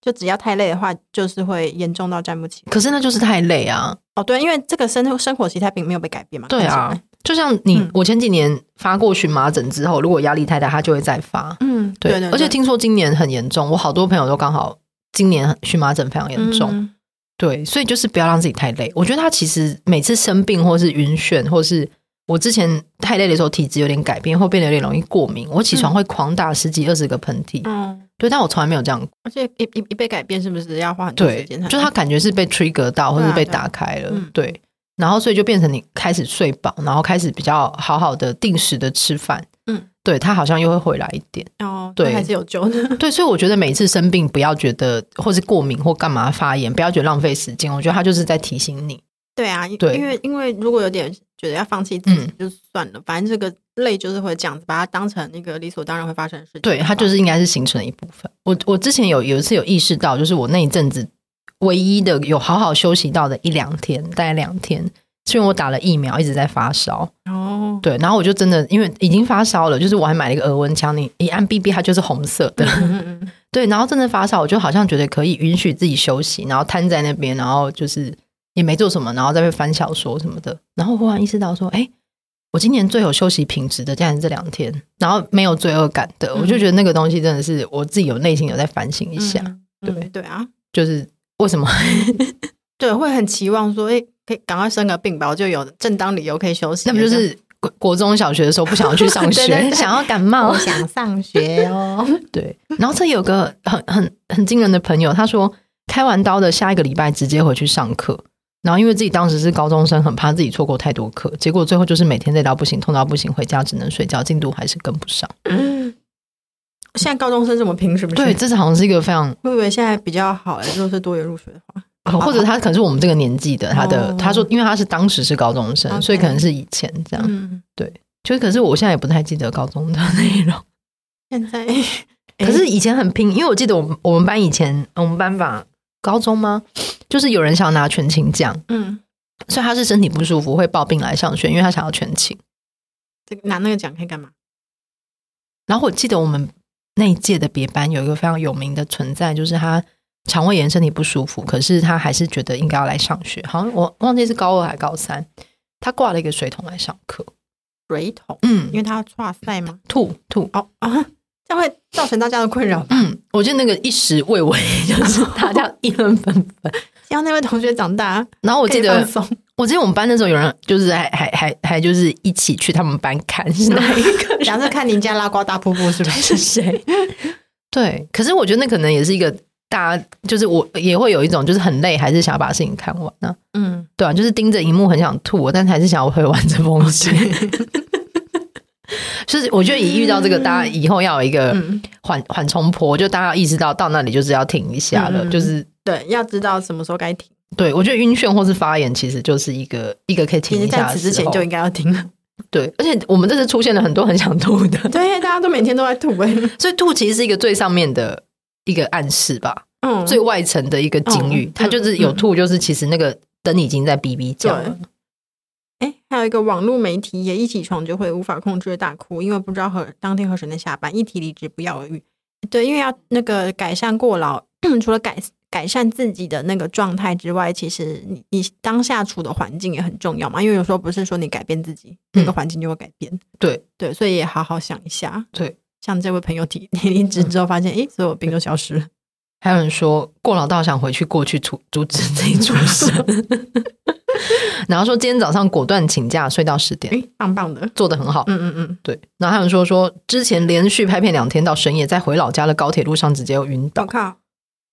Speaker 2: 就只要太累的话，就是会严重到站不起来。
Speaker 1: 可是那就是太累啊，
Speaker 2: 哦，对，因为这个生生活形态并没有被改变嘛。
Speaker 1: 对
Speaker 2: 看
Speaker 1: 啊
Speaker 2: 起来，，
Speaker 1: 就像你、
Speaker 2: 嗯
Speaker 1: 我前几年发过荨麻疹之后，如果压力太大，它就会再发。
Speaker 2: 嗯，
Speaker 1: 对，
Speaker 2: 对对，
Speaker 1: 而且听说今年很严重，我好多朋友都刚好今年荨麻疹非常严重。
Speaker 2: 嗯
Speaker 1: 对，所以就是不要让自己太累。我觉得他其实每次生病或是晕眩，或是我之前太累的时候，体质有点改变，会变得有点容易过敏。我起床会狂打十几二十个喷嚏，
Speaker 2: 嗯，
Speaker 1: 对，但我从来没有这样过。
Speaker 2: 而且一一一被改变，是不是要花很多时
Speaker 1: 对，
Speaker 2: 间才能？
Speaker 1: 就他感觉是被 trigger 到，或
Speaker 2: 对
Speaker 1: 是
Speaker 2: 啊
Speaker 1: 被
Speaker 2: 对啊
Speaker 1: 打开了，
Speaker 2: 嗯
Speaker 1: 对，然后所以就变成你开始睡饱，然后开始比较好好的定时的吃饭，
Speaker 2: 嗯，
Speaker 1: 对他好像又会回来一
Speaker 2: *laughs*
Speaker 1: 点，
Speaker 2: 哦，
Speaker 1: 对
Speaker 2: 那还是有救的。 *laughs*
Speaker 1: 对，所以我觉得每次生病不要觉得或是过敏或干嘛发炎，不要觉得浪费时间，我觉得他就是在提醒你，
Speaker 2: 对啊，因
Speaker 1: 对
Speaker 2: 因为因为如果有点觉得要放弃自己，
Speaker 1: 嗯
Speaker 2: 就算了，反正这个累就是会这样子，把它当成一个理所当然会发生的事情。
Speaker 1: 对他就是应该是形成的一部分。我我之前有有一次有意识到，就是我那一阵子唯一的有好好休息到的一两天，大概两天，是因为我打了疫苗一直在发烧，
Speaker 2: 哦，
Speaker 1: 对，然后我就真的因为已经发烧了，就是我还买了一个额温枪，你一按 BB 它就是红色的。
Speaker 2: 嗯嗯嗯，
Speaker 1: 对，然后真的发烧，我就好像觉得可以允许自己休息，然后瘫在那边，然后就是也没做什么，然后再被翻小说什么的。然后忽然意识到说，哎，我今年最有休息品质的，竟然是这两天，然后没有罪恶感的，我就觉得那个东西真的是我自己有内心有在反省一下，
Speaker 2: 嗯
Speaker 1: 对
Speaker 2: 嗯对啊，
Speaker 1: *laughs* 就是为什么
Speaker 2: 对，会很期望说，哎、可以赶快生个病吧，我就有正当理由可以休息
Speaker 1: 那
Speaker 2: 了。
Speaker 1: 不就
Speaker 2: 这样
Speaker 1: 是国国中小学的时候不想要去上学，
Speaker 2: 对对对
Speaker 1: 想要感冒
Speaker 2: 我，想上学哦？
Speaker 1: 对。然后这有个很很很惊人的朋友，他说开完刀的下一个礼拜直接回去上课，然后因为自己当时是高中生，很怕自己错过太多课，结果最后就是每天累到不行，痛到不行，回家只能睡觉，进度还是跟不上。
Speaker 2: *laughs* 现在高中生这么拼是不是？
Speaker 1: 对，，这是好像是一个非常，
Speaker 2: 我以为现在比较好，如果是多元入学的话，
Speaker 1: 或者他可能是我们这个年纪的，他的、
Speaker 2: 哦
Speaker 1: 他说，因为他是当时是高中生，
Speaker 2: OK
Speaker 1: 所以可能是以前这样。
Speaker 2: 嗯，
Speaker 1: 就是可是我现在也不太记得高中的内
Speaker 2: *laughs*
Speaker 1: 容。
Speaker 2: 现在哎
Speaker 1: 可是以前很拼，因为我记得我们我们班以前我们班吧，高中吗？就是有人想要拿全勤奖，
Speaker 2: 嗯，
Speaker 1: 所以他是身体不舒服会抱病来上学，因为他想要全勤。
Speaker 2: 这个拿那个奖可以干嘛？
Speaker 1: 然后我记得我们那一届的别班有一个非常有名的存在，就是他肠胃炎身体不舒服，可是他还是觉得应该要来上学，好像我忘记是高二还高三，他挂了一个水桶来上课，
Speaker 2: 水桶，
Speaker 1: 嗯
Speaker 2: 因，为他要跨赛嘛。
Speaker 1: 吐吐。
Speaker 2: 哦啊，这样会造成大家的困扰吧。
Speaker 1: 嗯，我记得那个一时未为，就是大家议论纷纷。
Speaker 2: 希望那位同学长大，
Speaker 1: 然后我
Speaker 2: 我
Speaker 1: 记得
Speaker 2: 放 *laughs* 松。
Speaker 1: 我记得我们班那时候有人就是还还还还就是一起去他们班看是哪一个
Speaker 2: 然后
Speaker 1: 人，
Speaker 2: 看您家拉瓜大瀑布是不
Speaker 1: 是
Speaker 2: 是？
Speaker 1: 谁？ *laughs* 对，可是我觉得那可能也是一个大家就是我也会有一种就是很累，还是想要把事情看完啊。
Speaker 2: 嗯，
Speaker 1: 对啊，就是盯着荧幕很想吐，但还是想要回完这封信。就是我觉得一遇到这个，大家以后要有一个
Speaker 2: 嗯
Speaker 1: 缓缓冲坡，就大家要意识到到那里就是要停一下了，
Speaker 2: 嗯嗯嗯
Speaker 1: 就是
Speaker 2: 对，要知道什么时候该停，
Speaker 1: 对，我觉得晕眩或是发炎，其实就是一个一个可以
Speaker 2: 其
Speaker 1: 停
Speaker 2: 实
Speaker 1: 一下
Speaker 2: 在
Speaker 1: 的
Speaker 2: 此之
Speaker 1: 时
Speaker 2: 前
Speaker 1: 候
Speaker 2: 就应该要停了。
Speaker 1: 对，而且我们这次出现了很多很想吐的，
Speaker 2: *laughs* 对，大家都每天都在吐哎。
Speaker 1: 所以吐其实是一个最上面的一个暗示吧，
Speaker 2: *laughs* 嗯，
Speaker 1: 最外层的一个警语，
Speaker 2: 嗯
Speaker 1: 它就是有吐，就是其实那个灯已经在哔哔叫了，
Speaker 2: 哎，还有一个网络媒体也一起床就会无法控制的大哭，因为不知道和当天和谁能下班，一提离职不药而愈。对，因为要那个改善过劳， *clears throat* 除了改改善自己的那个状态之外，其实你你当下处的环境也很重要嘛。因为有时候不是说你改变自己，那个环境就会改变。
Speaker 1: 对
Speaker 2: 对，所以也好好想一下。
Speaker 1: 对，
Speaker 2: 像这位朋友提 *laughs* 提离职之后，发现诶，所有病都消失了。
Speaker 1: 还有人说过劳到想回去过去阻阻止自己出
Speaker 2: *laughs*
Speaker 1: 生，然后说今天早上果断请假睡到十点，
Speaker 2: 诶，棒棒的。
Speaker 1: 做的很好。
Speaker 2: 嗯嗯嗯，
Speaker 1: 对，然后还有人说说之前连续拍片两天到深夜，在回老家的高铁路上直接晕
Speaker 2: 我
Speaker 1: 倒，
Speaker 2: 靠，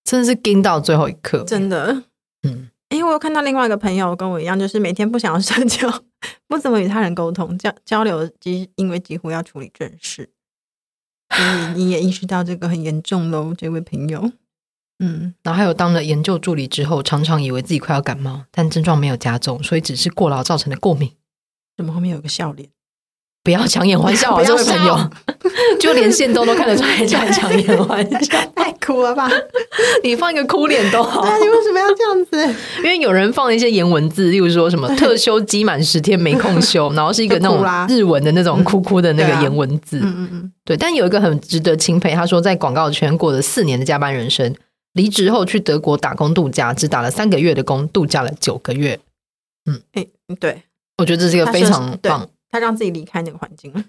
Speaker 1: 真的是盯到最后一刻。
Speaker 2: 真的。
Speaker 1: 嗯，
Speaker 2: 因为我有看到另外一个朋友跟我一样，就是每天不想要社交， *laughs* 不怎么与他人沟通，交交流几因为几乎要处理正事，所以你也意识到这个很严重喽，这位朋友。嗯，
Speaker 1: 然后还有当了研究助理之后，常常以为自己快要感冒，但症状没有加重，所以只是过劳造成的过敏。
Speaker 2: 怎么后面有个笑
Speaker 1: *laughs*
Speaker 2: 脸？
Speaker 1: 不要强颜欢笑啊，
Speaker 2: *laughs* 不
Speaker 1: 这
Speaker 2: 要
Speaker 1: 位朋友
Speaker 2: 笑，
Speaker 1: 就连线都都看得出来在强颜欢
Speaker 2: *laughs*
Speaker 1: 笑。
Speaker 2: 太苦了吧？对
Speaker 1: 你放一个哭脸都好，
Speaker 2: 啊，你为什么要这样子？
Speaker 1: *laughs* 因为有人放了一些颜文字，例如说什
Speaker 2: *laughs*
Speaker 1: 么特休积满十天没空休，然后是一个那
Speaker 2: 就哭啦
Speaker 1: 种日文的那种
Speaker 2: 嗯
Speaker 1: 哭哭的那
Speaker 2: 对啊
Speaker 1: 个颜文字。
Speaker 2: 嗯嗯嗯，
Speaker 1: 对，但有一个很值得钦佩，他说在广告圈过了四年的加班人生，离职后去德国打工度假，只打了三个月的工，度假了九个月。
Speaker 2: 哎、对
Speaker 1: 我觉得这是一个
Speaker 2: 他
Speaker 1: 非
Speaker 2: 是
Speaker 1: 常
Speaker 2: 对
Speaker 1: 棒。
Speaker 2: 他让自己离开那个环
Speaker 1: *laughs*
Speaker 2: 境了。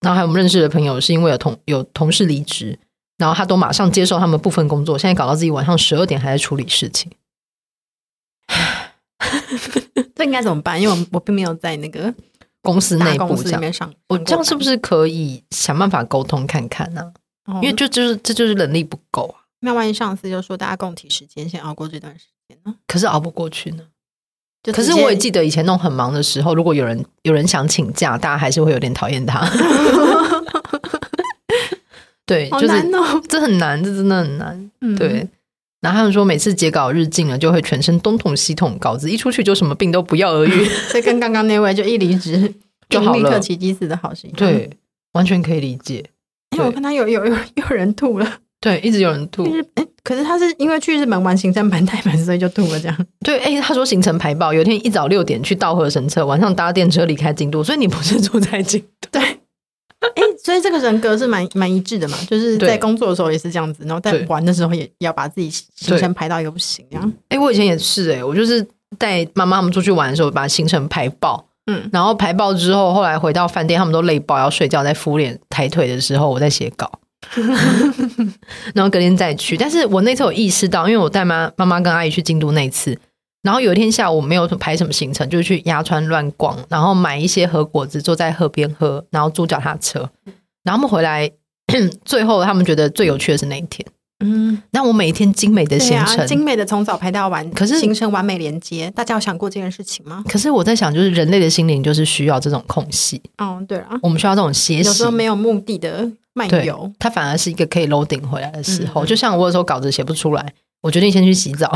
Speaker 1: 然后还有我们认识的朋友，是因为有同有同事离职，然后他都马上接受他们部分工作，现在搞到自己晚上十二点还在处理事情。
Speaker 2: 这应该怎么办？因为我我并没有在那个
Speaker 1: 公司
Speaker 2: 大
Speaker 1: 内
Speaker 2: 公
Speaker 1: 部
Speaker 2: 司
Speaker 1: 这
Speaker 2: 里
Speaker 1: 样，
Speaker 2: 面啊上，
Speaker 1: 我这样是不
Speaker 2: 是？
Speaker 1: 是可以想办法沟通看看呢、
Speaker 2: 哦
Speaker 1: 因为就就是这就是能力不够啊，
Speaker 2: 那万一上司就说大家共体时间，先熬过这段时间呢？
Speaker 1: 可是熬不过去呢。
Speaker 2: 就
Speaker 1: 可
Speaker 2: 直
Speaker 1: 是
Speaker 2: 接
Speaker 1: 我也
Speaker 2: *laughs*
Speaker 1: 记得以前弄很忙的时候，如果有人有人想请假，大家还是会有点讨厌他。 *laughs* 对，
Speaker 2: 好
Speaker 1: 就是
Speaker 2: 难 *laughs* 哦。
Speaker 1: 这很难，这真的很难。
Speaker 2: 嗯 *laughs*
Speaker 1: 对。，然后他们说每次截稿日进了，就会全身东捅西捅，稿子一出去就什么病都不药而愈。
Speaker 2: 这跟刚刚那位就一离职
Speaker 1: *laughs* 就好了
Speaker 2: 立刻奇迹似的好是一样。
Speaker 1: 对，完全可以理解。
Speaker 2: 哎，我看他有有有有人吐 *laughs* 了，
Speaker 1: 对，一直有人吐
Speaker 2: 去。日哎，可是他是因为去日本玩行程版太满，所以就吐了这样。
Speaker 1: 对，哎、他说行程排报，有一天一早六点去道贺神车，晚上搭电车离开京都，所以你不是住在京都，对，
Speaker 2: *laughs* 哎，所以这个人格是蛮蛮一致的嘛，就是
Speaker 1: 对
Speaker 2: 在工作的时候也是这样子，然后在
Speaker 1: 对
Speaker 2: 玩的时候也也要把自己行程排到一个不行这样。
Speaker 1: 哎、我以前也是哎、我就是带妈妈他们出去玩的时候，把行程排爆，
Speaker 2: 嗯
Speaker 1: 然后排爆之后，后来回到饭店，他们都累爆要睡觉，在敷脸抬腿的时候，我在写
Speaker 2: *laughs*
Speaker 1: 稿，然后隔天再去。但是我那次有意识到，因为我带妈妈妈跟阿姨去京都那一次，然后有一天下午我没有排什么行程，就是去鸭川乱逛，然后买一些和果子，坐在河边喝，然后租脚踏车，然后他们回来。 *clears throat* 最后，他们觉得最有趣的是那一天。
Speaker 2: 嗯，
Speaker 1: 那我每一天精美的
Speaker 2: 对
Speaker 1: 行
Speaker 2: 啊，
Speaker 1: 程，
Speaker 2: 精美的从早排到晚，
Speaker 1: 可是
Speaker 2: 形成完美连接。大家有想过这件事情吗？
Speaker 1: 可是我在想，就是人类的心灵就是需要这种空隙，
Speaker 2: 哦，对了，
Speaker 1: 我们需要这种歇
Speaker 2: 有
Speaker 1: 息
Speaker 2: 时候。没有目的的漫
Speaker 1: 对
Speaker 2: 游，，
Speaker 1: 它反而是一个可以 loading 回来的时候。
Speaker 2: 嗯嗯
Speaker 1: 就像我有时候稿子写不出来，我决定先去洗
Speaker 2: *laughs*
Speaker 1: 澡，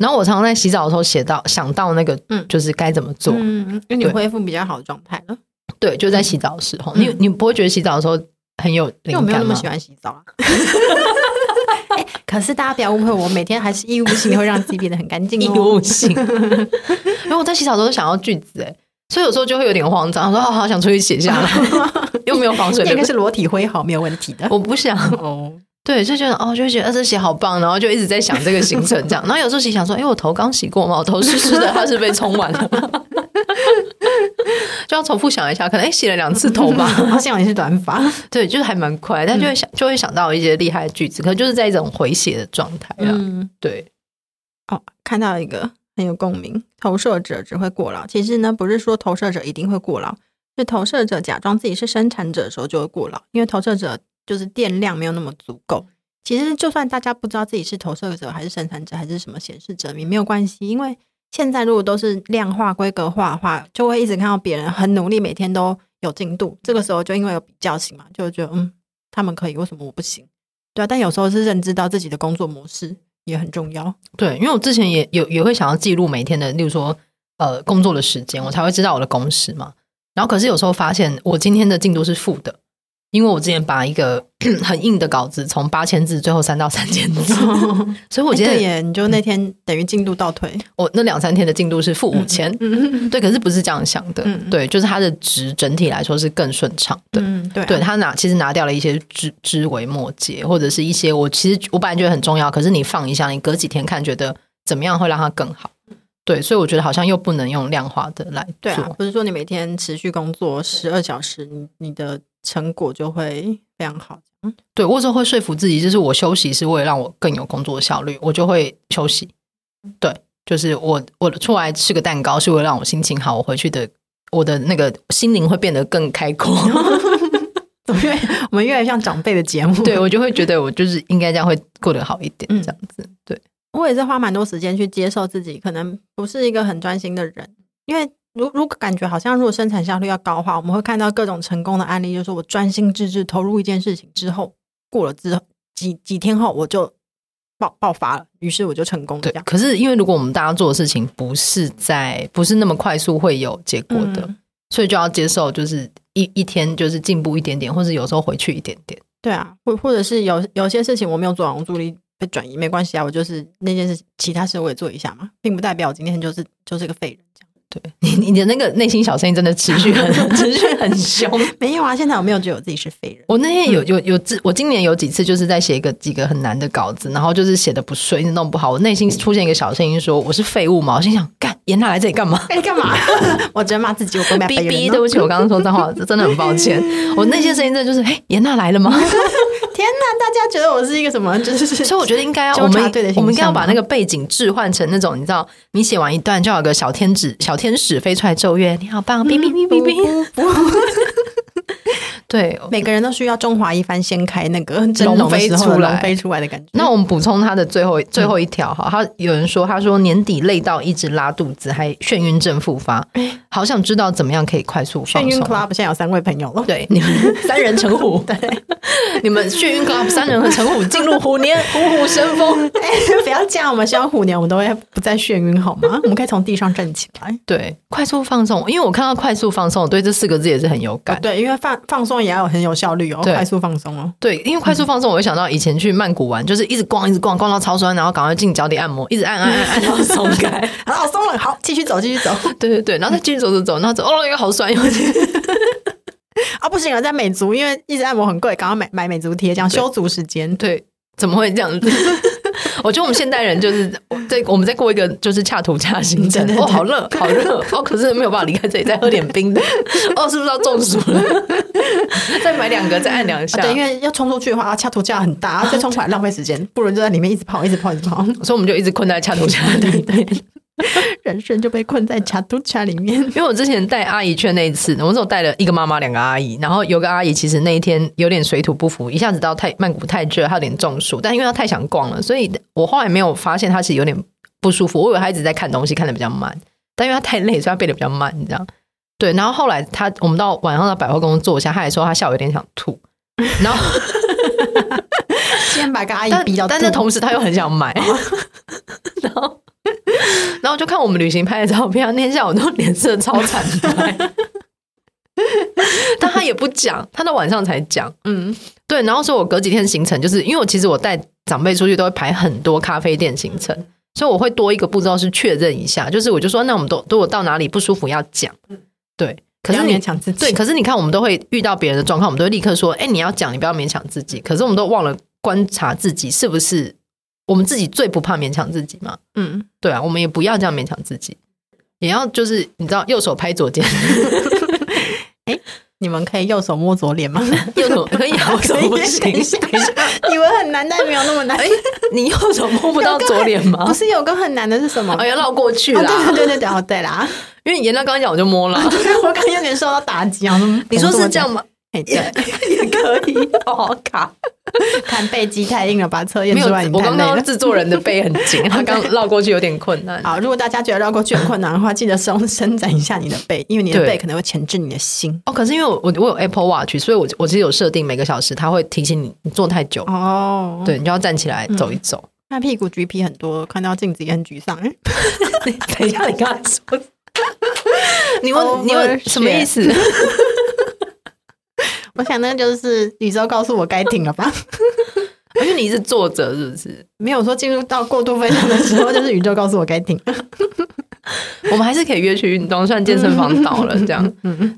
Speaker 1: 然后我常常在洗澡的时候写到想到那个
Speaker 2: 嗯，
Speaker 1: 就是该怎么做。
Speaker 2: 嗯，因为你
Speaker 1: 对
Speaker 2: 恢复比较好的状态了。
Speaker 1: 对，就在洗澡的时候，
Speaker 2: 嗯
Speaker 1: 你你不会觉得洗澡的时候很有灵
Speaker 2: 因为我没有
Speaker 1: 感
Speaker 2: 那
Speaker 1: 吗
Speaker 2: 么喜？欢洗
Speaker 1: *laughs*
Speaker 2: 澡啊。 *laughs* 哎可是大家不要误会我，每天还是义务性地会让自己变得很干净
Speaker 1: *laughs* 义
Speaker 2: 哦。
Speaker 1: 务性，因为我在洗澡的时候想要句子哎，所以有时候就会有点慌张，说哦好想出去写
Speaker 2: *laughs*
Speaker 1: 下来，又没有防水
Speaker 2: 这个
Speaker 1: 的，
Speaker 2: 是裸体挥毫没有问题的。
Speaker 1: *laughs* 我不想。
Speaker 2: 哦，
Speaker 1: 对，就觉得哦，就会觉得、呃、这洗好棒，然后就一直在想这个行程这样。然后有时候心想说，哎，我头刚洗过吗？我头湿湿的，它是被冲完了 *laughs* 吗，就要重复想一下，可能哎洗了两次头吧。
Speaker 2: *laughs* 好像也是短发。
Speaker 1: 对，就是还蛮快，但就会想、就会想到一些厉害的句子，可能就是在一种回血的状态啊。
Speaker 2: 嗯，
Speaker 1: *laughs* 对，
Speaker 2: 哦，看到一个很有共鸣，投射者只会过劳。其实呢，不是说投射者一定会过劳，是投射者假装自己是生产者的时候就会过劳，因为投射者就是电量没有那么足够。其实，就算大家不知道自己是投射者还是生产者还是什么显示者，也没有关系，因为现在如果都是量化、规格化的话，就会一直看到别人很努力，每天都有进度。这个时候就因为有比较性嘛，就会觉得嗯，他们可以，为什么我不行？对啊，但有时候是认知到自己的工作模式也很重要。
Speaker 1: 对，因为我之前也有也会想要记录每天的，例如说呃工作的时间，我才会知道我的工时嘛。然后可是有时候发现我今天的进度是负的，因为我之前把一个 *clears throat* 很硬的稿子从八千字最后删到三千字，
Speaker 2: 嗯 *laughs*
Speaker 1: 所以我
Speaker 2: 我
Speaker 1: 今
Speaker 2: 记得嗯
Speaker 1: 天、
Speaker 2: 哎耶，你就那天等于进度倒退，
Speaker 1: 我那两三天的进度是负五千。
Speaker 2: 嗯
Speaker 1: 对，可是不是这样想的，
Speaker 2: 嗯
Speaker 1: 对，就是它的值整体来说是更顺畅的，
Speaker 2: 嗯，对啊
Speaker 1: 对他拿其实拿掉了一些枝枝微末节，或者是一些我其实我本来觉得很重要，可是你放一下，你隔几天看，觉得怎么样会让它更好？对，所以我觉得好像又不能用量化的来
Speaker 2: 对
Speaker 1: 做。
Speaker 2: 啊，不是说你每天持续工作十二小时，你你的成果就会非常好。 *laughs* 嗯
Speaker 1: 对我有时候会说服自己，就是我休息是为了让我更有工作效率，我就会休息。对，就是我我出来吃个蛋糕是为了让我心情好，我回去的我的那个心灵会变得更开
Speaker 2: *laughs*
Speaker 1: 阔。
Speaker 2: 怎么越我们越来越像长辈的节目？
Speaker 1: 对我就会觉得我就是应该这样会过得好一点，
Speaker 2: 嗯
Speaker 1: 这样子。对，
Speaker 2: *laughs* 我也是花蛮多时间去接受自己，可能不是一个很专心的人，因为如如果感觉好像如果生产效率要高的话，我们会看到各种成功的案例，就是我专心致志投入一件事情之后，过了之后几几天后我就爆爆发了，于是我就成功了
Speaker 1: 对
Speaker 2: 这，样。
Speaker 1: 可是因为如果我们大家做的事情不是在不是那么快速会有结果的，
Speaker 2: 嗯
Speaker 1: 所以就要接受，就是一一天就是进步一点点，或者有时候回去一点 *laughs* 点。
Speaker 2: 对啊，或或者是有有些事情我没有做完，我注意力被转移没关系啊，我就是那件事，其他事我也做一下嘛，并不代表我今天就是就是个废人这样。
Speaker 1: 对你你的那个内心小声音真的持续 *laughs* 很持续很凶。嗯
Speaker 2: 没有啊，现在我没有觉得我自己是废人。
Speaker 1: 我那天有有有自，我今年有几次就是在写一个几个很难的稿子，然后就是写的不顺，一直弄不好，我内心出现一个小声音说我是废物嘛，我心想干严娜来这里干嘛？
Speaker 2: 哎，干嘛？ *laughs* 我只能骂自己，我不会骂别
Speaker 1: 哔
Speaker 2: 人哦。
Speaker 1: 哔，对不起，我刚刚说脏话，真的很抱歉。我内心的声音真的就是，哎，严娜来了吗？
Speaker 2: 天哪，大家觉得我是一个什么？ *laughs* 就
Speaker 1: *laughs*
Speaker 2: 是
Speaker 1: 所以我觉得应该要
Speaker 2: 纠
Speaker 1: 我
Speaker 2: 察
Speaker 1: 们
Speaker 2: 队的形象
Speaker 1: 我们应该要把
Speaker 2: 吗
Speaker 1: 那个背景置换成那种，你知道，你写完一段就要有个小天使， *laughs* 小天使飞出来奏乐，你好棒，哔哔
Speaker 2: 嗯
Speaker 1: 哔哔哔。对，
Speaker 2: 每个人都需要中华一番掀开那个蒸笼的时候
Speaker 1: 龙飞出来嗯
Speaker 2: 龙飞出来的感觉。
Speaker 1: 那我们补充他的最
Speaker 2: 嗯
Speaker 1: 后最后一条哈，他有人说他说年底累到一直拉肚子，还眩晕症复发，好想知道怎么样可以快速
Speaker 2: 哎眩
Speaker 1: 放
Speaker 2: 晕
Speaker 1: 松。
Speaker 2: club 现在有三位朋友了， *laughs*
Speaker 1: 对，你们三人成虎，对， *laughs* 你们眩晕 club 三人成虎进入虎年，虎虎生风。
Speaker 2: 哎不要这样，我们希望虎年我们都会不再眩晕好吗？我们可以从地上站起来。
Speaker 1: 对，快速放松，因为我看到快速放松，我对这四个字也是很有感
Speaker 2: 哦。对，因为放放松也要有很有效率哦，
Speaker 1: 对
Speaker 2: 快速放松哦。
Speaker 1: 对，因为快速放松，我会想到以前去曼谷玩，就是一直逛，一直逛，逛到超酸，然后赶快进脚底按摩，一直按按按按到松开。
Speaker 2: *laughs* 好，松了，好，继续走，继续走。
Speaker 1: *laughs* 对对对，然后再继续走走走，然后走哦，又好
Speaker 2: *laughs*
Speaker 1: 酸，又
Speaker 2: 啊，不行了，在美足，因为一直按摩很贵，赶快买买美足贴，这样修足时间。
Speaker 1: 对，怎么会这样子？ *laughs* 我觉得我们现代人就是在我们在过一个就是恰图恰行程，
Speaker 2: 对对对
Speaker 1: 哦，好热，好热，哦，可是没有办法离开这里，再喝点
Speaker 2: *laughs*
Speaker 1: 冰的，哦，是不是要中暑了？再买两个，再按两下。
Speaker 2: 啊对，因为要冲出去的话，啊恰图架很大，再冲回来浪费
Speaker 1: *laughs*
Speaker 2: 时间，不如就在里面一直跑，一直跑，一直跑，
Speaker 1: 所以我们就一直困在恰图恰里面。
Speaker 2: *laughs* 人生就被困在恰图架里面。
Speaker 1: 因为我之前带阿姨去的那一次，我那时候带了一个妈妈、两个阿姨，然后有个阿姨其实那一天有点水土不服，一下子到太曼谷太热，她有点中暑，但因为她太想逛了，所以我后来没有发现她是有点不舒服，我以为她一直在看东西，看的比较慢，但因为她太累，所以她变得比较慢，你知道。对，然后后来她我们到晚上到百货公司坐一下，她还说她下午有点想吐，然后
Speaker 2: 先把个阿姨
Speaker 1: *laughs* 但
Speaker 2: 逼到吐，
Speaker 1: 但是同时他又很想买， *laughs* 然后然后就看我们旅行拍的照片，那天下午都脸色超惨白， *laughs* 但他也不讲，他到晚上才讲。
Speaker 2: 嗯，
Speaker 1: 对，然后所以我隔几天行程，就是因为我其实我带长辈出去都会排很多咖啡店行程，所以我会多一个步骤是确认一下，就是我就说那我们都如果到哪里不舒服要讲，对。可是
Speaker 2: 不要
Speaker 1: 你
Speaker 2: 勉强自己。
Speaker 1: 对，可是你看，我们都会遇到别人的状况，我们都会立刻说：“哎、你要讲，你不要勉强自己。”可是我们都忘了观察自己是不是我们自己最不怕勉强自己嘛？
Speaker 2: 嗯，
Speaker 1: 对啊，我们也不要这样勉强自己，也要就是你知道，右手拍左肩，
Speaker 2: 你们可以右手摸左脸吗？
Speaker 1: *laughs* 右
Speaker 2: *laughs*
Speaker 1: 手可以啊，我手不行。
Speaker 2: 等一下
Speaker 1: 等一下，
Speaker 2: 以为很难，但没有那
Speaker 1: *laughs*
Speaker 2: 么难。
Speaker 1: 哎、你右手摸不到左脸吗
Speaker 2: 不？是有个很难的是什么？
Speaker 1: 哎呀，绕过去
Speaker 2: 哦，
Speaker 1: 啦，
Speaker 2: 对对啊对对对，哦对啦，
Speaker 1: 因为严亮刚刚讲我就摸了。
Speaker 2: *laughs* 我刚有点受到打击啊！
Speaker 1: 你说是这样？吗？
Speaker 2: 哎， *laughs* 对，
Speaker 1: 也可以，
Speaker 2: 哦
Speaker 1: 好卡。
Speaker 2: 看背肌太硬了，把测验
Speaker 1: 没有，
Speaker 2: 出来，你
Speaker 1: 我
Speaker 2: 太
Speaker 1: 刚
Speaker 2: 累了
Speaker 1: 刚。制作人的背很
Speaker 2: *laughs*
Speaker 1: 紧，他刚绕过去有点困难。
Speaker 2: 好，如果大家觉得绕过去很困难的话，记得伸伸展一下你的背，因为你的
Speaker 1: 对
Speaker 2: 背可能会钳制你的心。
Speaker 1: 哦，可是因为我我我有 Apple Watch，所以我我其实有设定每个小时，它会提醒你你坐太久，
Speaker 2: 哦，，
Speaker 1: 对你就要站起来走一走。
Speaker 2: 那屁股橘皮很多，看到镜子也很沮丧。嗯
Speaker 1: 等一下， *laughs* 你刚才说， *laughs* 你问、
Speaker 2: Overshare
Speaker 1: 你问什么意 *laughs* 思？
Speaker 2: 我想那就是宇宙告诉我该停了吧，
Speaker 1: 因为你是坐着，是不是？
Speaker 2: *laughs* 没有说进入到过度分享的时候，就是宇宙告诉我该停。
Speaker 1: 我们还是可以约去运动，虽然健身房倒了，这样，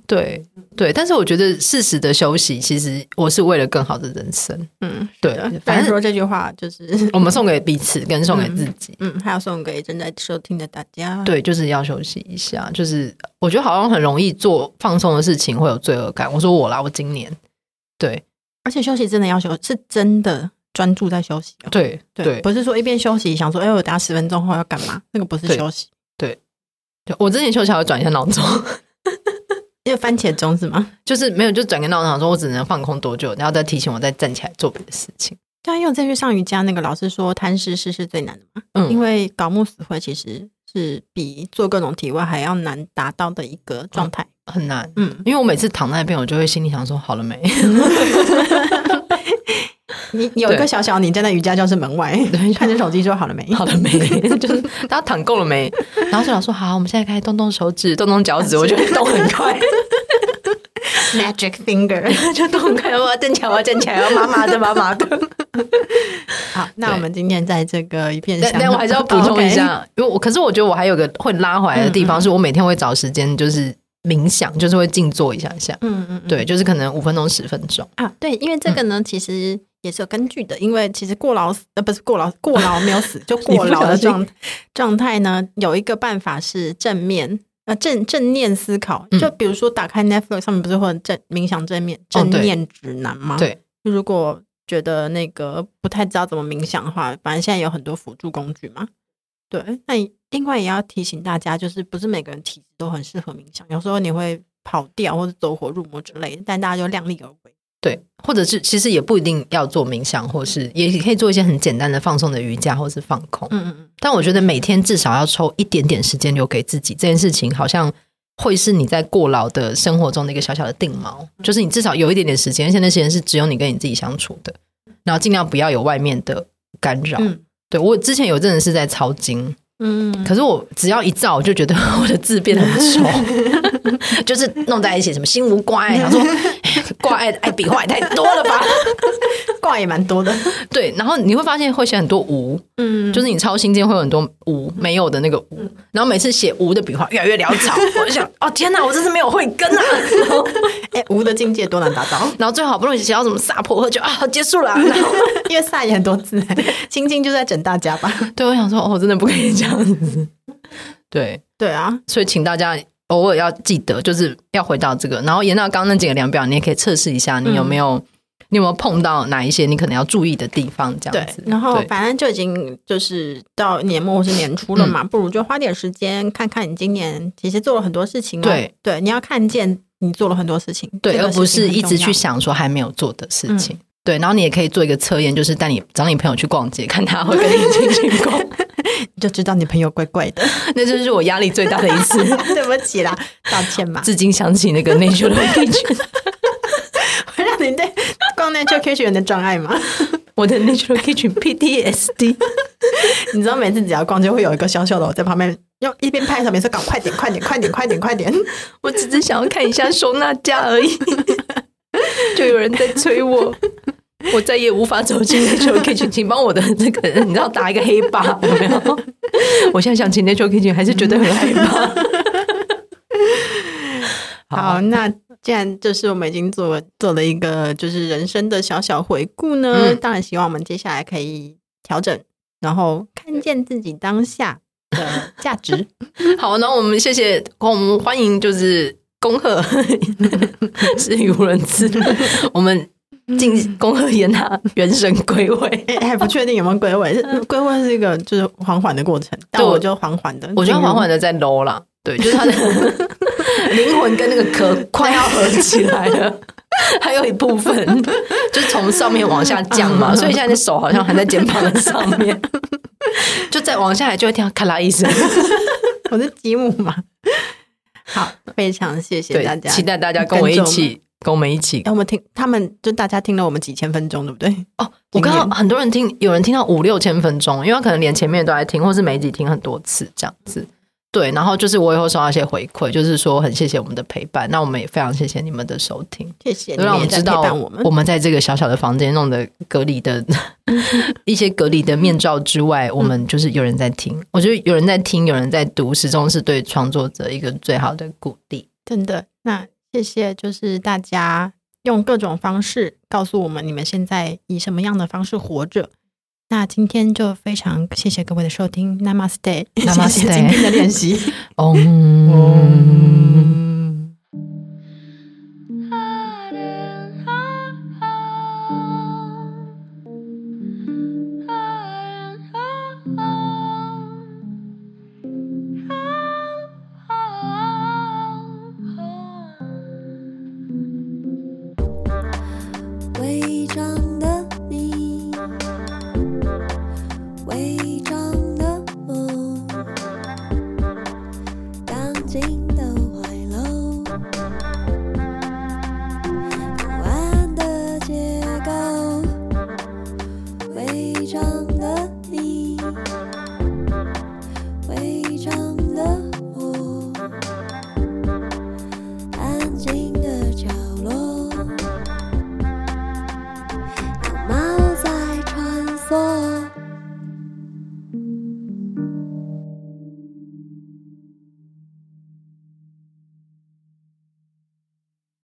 Speaker 1: 对对。但是我觉得适时的休息，其实我是为了更好的人生。
Speaker 2: *laughs* 嗯，
Speaker 1: 对，
Speaker 2: 反
Speaker 1: 反
Speaker 2: 正
Speaker 1: 正
Speaker 2: 说这句话就是，
Speaker 1: 我们送给彼此，跟送给自己。
Speaker 2: 嗯，还有送给正在收听的大家。
Speaker 1: 对，就是要休息一下。就是我觉得好像很容易做放松的事情会有罪恶感。我说我啦，我今年对
Speaker 2: 而且休息真的要休，是真的专注在休息、哦。
Speaker 1: 对对
Speaker 2: 不是说一边休息想说，哎、我等下十分钟后要干嘛？那个不是
Speaker 1: 对
Speaker 2: 休息，
Speaker 1: 对，我之前休息还会转一下闹钟， *laughs*
Speaker 2: 因为番茄钟是吗？
Speaker 1: 就是没有就转个闹钟，想说我只能放空多久，然后再提醒我再站起来做别的事情。
Speaker 2: 对啊，因为我再去上瑜伽，那个老师说贪吃式是最难的嘛，
Speaker 1: 嗯
Speaker 2: 因为搞木死会其实是比做各种体位还要难达到的一个状态。
Speaker 1: 很难，
Speaker 2: 嗯，
Speaker 1: 因为我每次躺在那边，我就会心里想说好了没？ *laughs*
Speaker 2: 你有一个
Speaker 1: 对
Speaker 2: 小小你站在瑜伽教室
Speaker 1: *laughs*
Speaker 2: 门外，看着手机说好了没？
Speaker 1: 好了没？ *laughs* 就是大家躺够了没？然后就想说好，我们现在开始动动手指，动动脚趾，我就会动很快，
Speaker 2: *laughs*
Speaker 1: *laughs*
Speaker 2: ，Magic Finger。
Speaker 1: 就动很快，我要站起来，我要站起来，我要麻麻的，麻麻的。
Speaker 2: *laughs* 好，那我们今天在这个一片
Speaker 1: 但
Speaker 2: 香，
Speaker 1: 但我还是要补充一下，因为我可是我觉得我还有个会拉回来的地方，是我每天会找时间就是冥想， *laughs* 就是会静坐一下下，
Speaker 2: 嗯嗯嗯，
Speaker 1: 对，就是可能五分钟十分钟，
Speaker 2: 啊，对，因为这个呢，其实也是有根据的，因为其实过劳死呃不是过劳过劳没有死，就过
Speaker 1: 不
Speaker 2: 劳
Speaker 1: 小
Speaker 2: 的
Speaker 1: 心
Speaker 2: *laughs* 状状态呢，有一个办法是正面。呃，正正念思考，就比如说打开 Netflix 上面不是会有正冥想正面正
Speaker 1: 对
Speaker 2: 念指南吗？
Speaker 1: 对，
Speaker 2: 如果觉得那个不太知道怎么冥想的话，反正现在有很多辅助工具嘛。对，那另外也要提醒大家，就是不是每个人体质都很适合冥想，有时候你会跑掉或者走火入魔之类的，但大家就量力而为。
Speaker 1: 对，或者是其实也不一定要做冥想，或是也可以做一些很简单的放松的瑜伽，或是放空。
Speaker 2: 嗯嗯嗯。
Speaker 1: 但我觉得每天至少要抽一点点时间留给自己，这件事情好像会是你在过劳的生活中的一个小小的定锚，
Speaker 2: 嗯
Speaker 1: 就是你至少有一点点时间，而且那时间是只有你跟你自己相处的，然后尽量不要有外面的干扰。
Speaker 2: 嗯
Speaker 1: 对我之前有阵子是在抄经，
Speaker 2: 嗯，
Speaker 1: 可是我只要一 *laughs* 照，我就觉得我的字变得很丑，就是弄在一起，什么心无关，想说哎挂碍爱笔画也太多了吧？
Speaker 2: *laughs* 挂也蛮多的，
Speaker 1: 对，然后你会发现会写很多无，
Speaker 2: *laughs* 嗯，
Speaker 1: 就是你抄心间会有很多无没有的那个无，然后每次写无的笔画越来越潦草，我就想，哦天哪，我真是没有慧根啊！ *laughs* 然后
Speaker 2: 哎、无的境界多难达到，
Speaker 1: 然后最好不容易写到什么撒泼喝酒啊，好结束了啊。然后
Speaker 2: *laughs* 因为赛也很多 *laughs* 字，青青就在整大家吧。
Speaker 1: 对，我想说，哦，真的不可以这样子。对，
Speaker 2: 对啊，
Speaker 1: 所以请大家偶尔要记得，就是要回到这个。然后延到刚刚那几个量表，你也可以测试一下，你有没有、
Speaker 2: 嗯
Speaker 1: 你有没有碰到哪一些你可能要注意的地方，这
Speaker 2: 对
Speaker 1: 样子。，
Speaker 2: 然后
Speaker 1: 对
Speaker 2: 反正就已经就是到年末或是年初了嘛，
Speaker 1: 嗯
Speaker 2: 不如就花点时间看看你今年其实做了很多事情哦。
Speaker 1: 对
Speaker 2: 对，你要看见你做了很多事情，
Speaker 1: 对，
Speaker 2: 这个
Speaker 1: 而不
Speaker 2: 事
Speaker 1: 是
Speaker 2: 情很
Speaker 1: 一直
Speaker 2: 重
Speaker 1: 去
Speaker 2: 要。嗯
Speaker 1: 想说还没有做的事情。对，然后你也可以做一个测验，就是带你找你朋友去逛街，看他会跟你一起去
Speaker 2: *laughs*
Speaker 1: 逛。
Speaker 2: 你就知道你朋友怪怪的。
Speaker 1: 那就是我压力最大的一 *laughs* 次，
Speaker 2: 对不起啦，道歉嘛，
Speaker 1: 至今想起那个内疚的内疚，
Speaker 2: 会让你对逛那 q K 学员的障碍吗？
Speaker 1: 我的内疚的 kitchen PTSD。
Speaker 2: 你知道每次只要逛就会有一个小小的我在旁边，用一边拍手，边说“搞快点，快点，快点，快点，快点
Speaker 1: 我只是想要看一下收纳架而已， *laughs* 就有人在催我，我再也无法走进那 a t u r Kitchen，请帮我的这个，你知道打一个黑八有没有？ *laughs* 我现在想起那 a t u r Kitchen，还是觉得很害怕。”。
Speaker 2: 好，那既然就是我们已经做做了一个就是人生的小小回顾呢，
Speaker 1: 嗯
Speaker 2: 当然希望我们接下来可以调整，然后看见自己当下的价值。
Speaker 1: 好，那我们谢谢，我们欢迎就是恭贺是语无伦次，我们敬恭贺严娜原神归位。
Speaker 2: *laughs* 哎、还不确定有没有归位，是归位是一个就是缓缓的过程，但
Speaker 1: 对
Speaker 2: 嗯我就缓缓的，
Speaker 1: 我觉得缓缓的在 low 啦，对，就是他的 *laughs* 灵魂跟那个壳快要合起来 *laughs* 了。还有一部分就是从上面往下降嘛，所以现在你手好像还在肩膀的上面，就再往下来就会听到咔啦一声。
Speaker 2: 我是吉姆嘛。好，非常谢谢
Speaker 1: 对
Speaker 2: 大，家，
Speaker 1: 期待大家跟我一起，跟我们一起
Speaker 2: 哎、。我们听他们就大家听了我们几千分钟，对不对？
Speaker 1: 哦，我看到很多人听，有人听到五六千分钟，因为他可能连前面都在听，或是每一集听很多次这样子。对，然后就是我以后收到一些回馈，就是说很谢谢我们的陪伴，那我们也非常谢谢你们的收听。
Speaker 2: 谢谢，
Speaker 1: 都让我们知道
Speaker 2: 你也在陪伴我们。
Speaker 1: 在这个小小的房间弄的隔离
Speaker 2: *laughs*
Speaker 1: 的一些隔离的面罩之外，我
Speaker 2: 嗯
Speaker 1: 们就是有人在听。我觉得有人在听，有人在读，始终是对创作者一个最好的鼓励。
Speaker 2: 真的，那谢谢，就是大家用各种方式告诉我们你们现在以什么样的方式活着。那今天就非常谢谢各位的收听，Namaste，
Speaker 1: Namaste
Speaker 2: *laughs* 谢谢今天的练习。 *laughs*
Speaker 1: 哦、嗯
Speaker 3: 伪装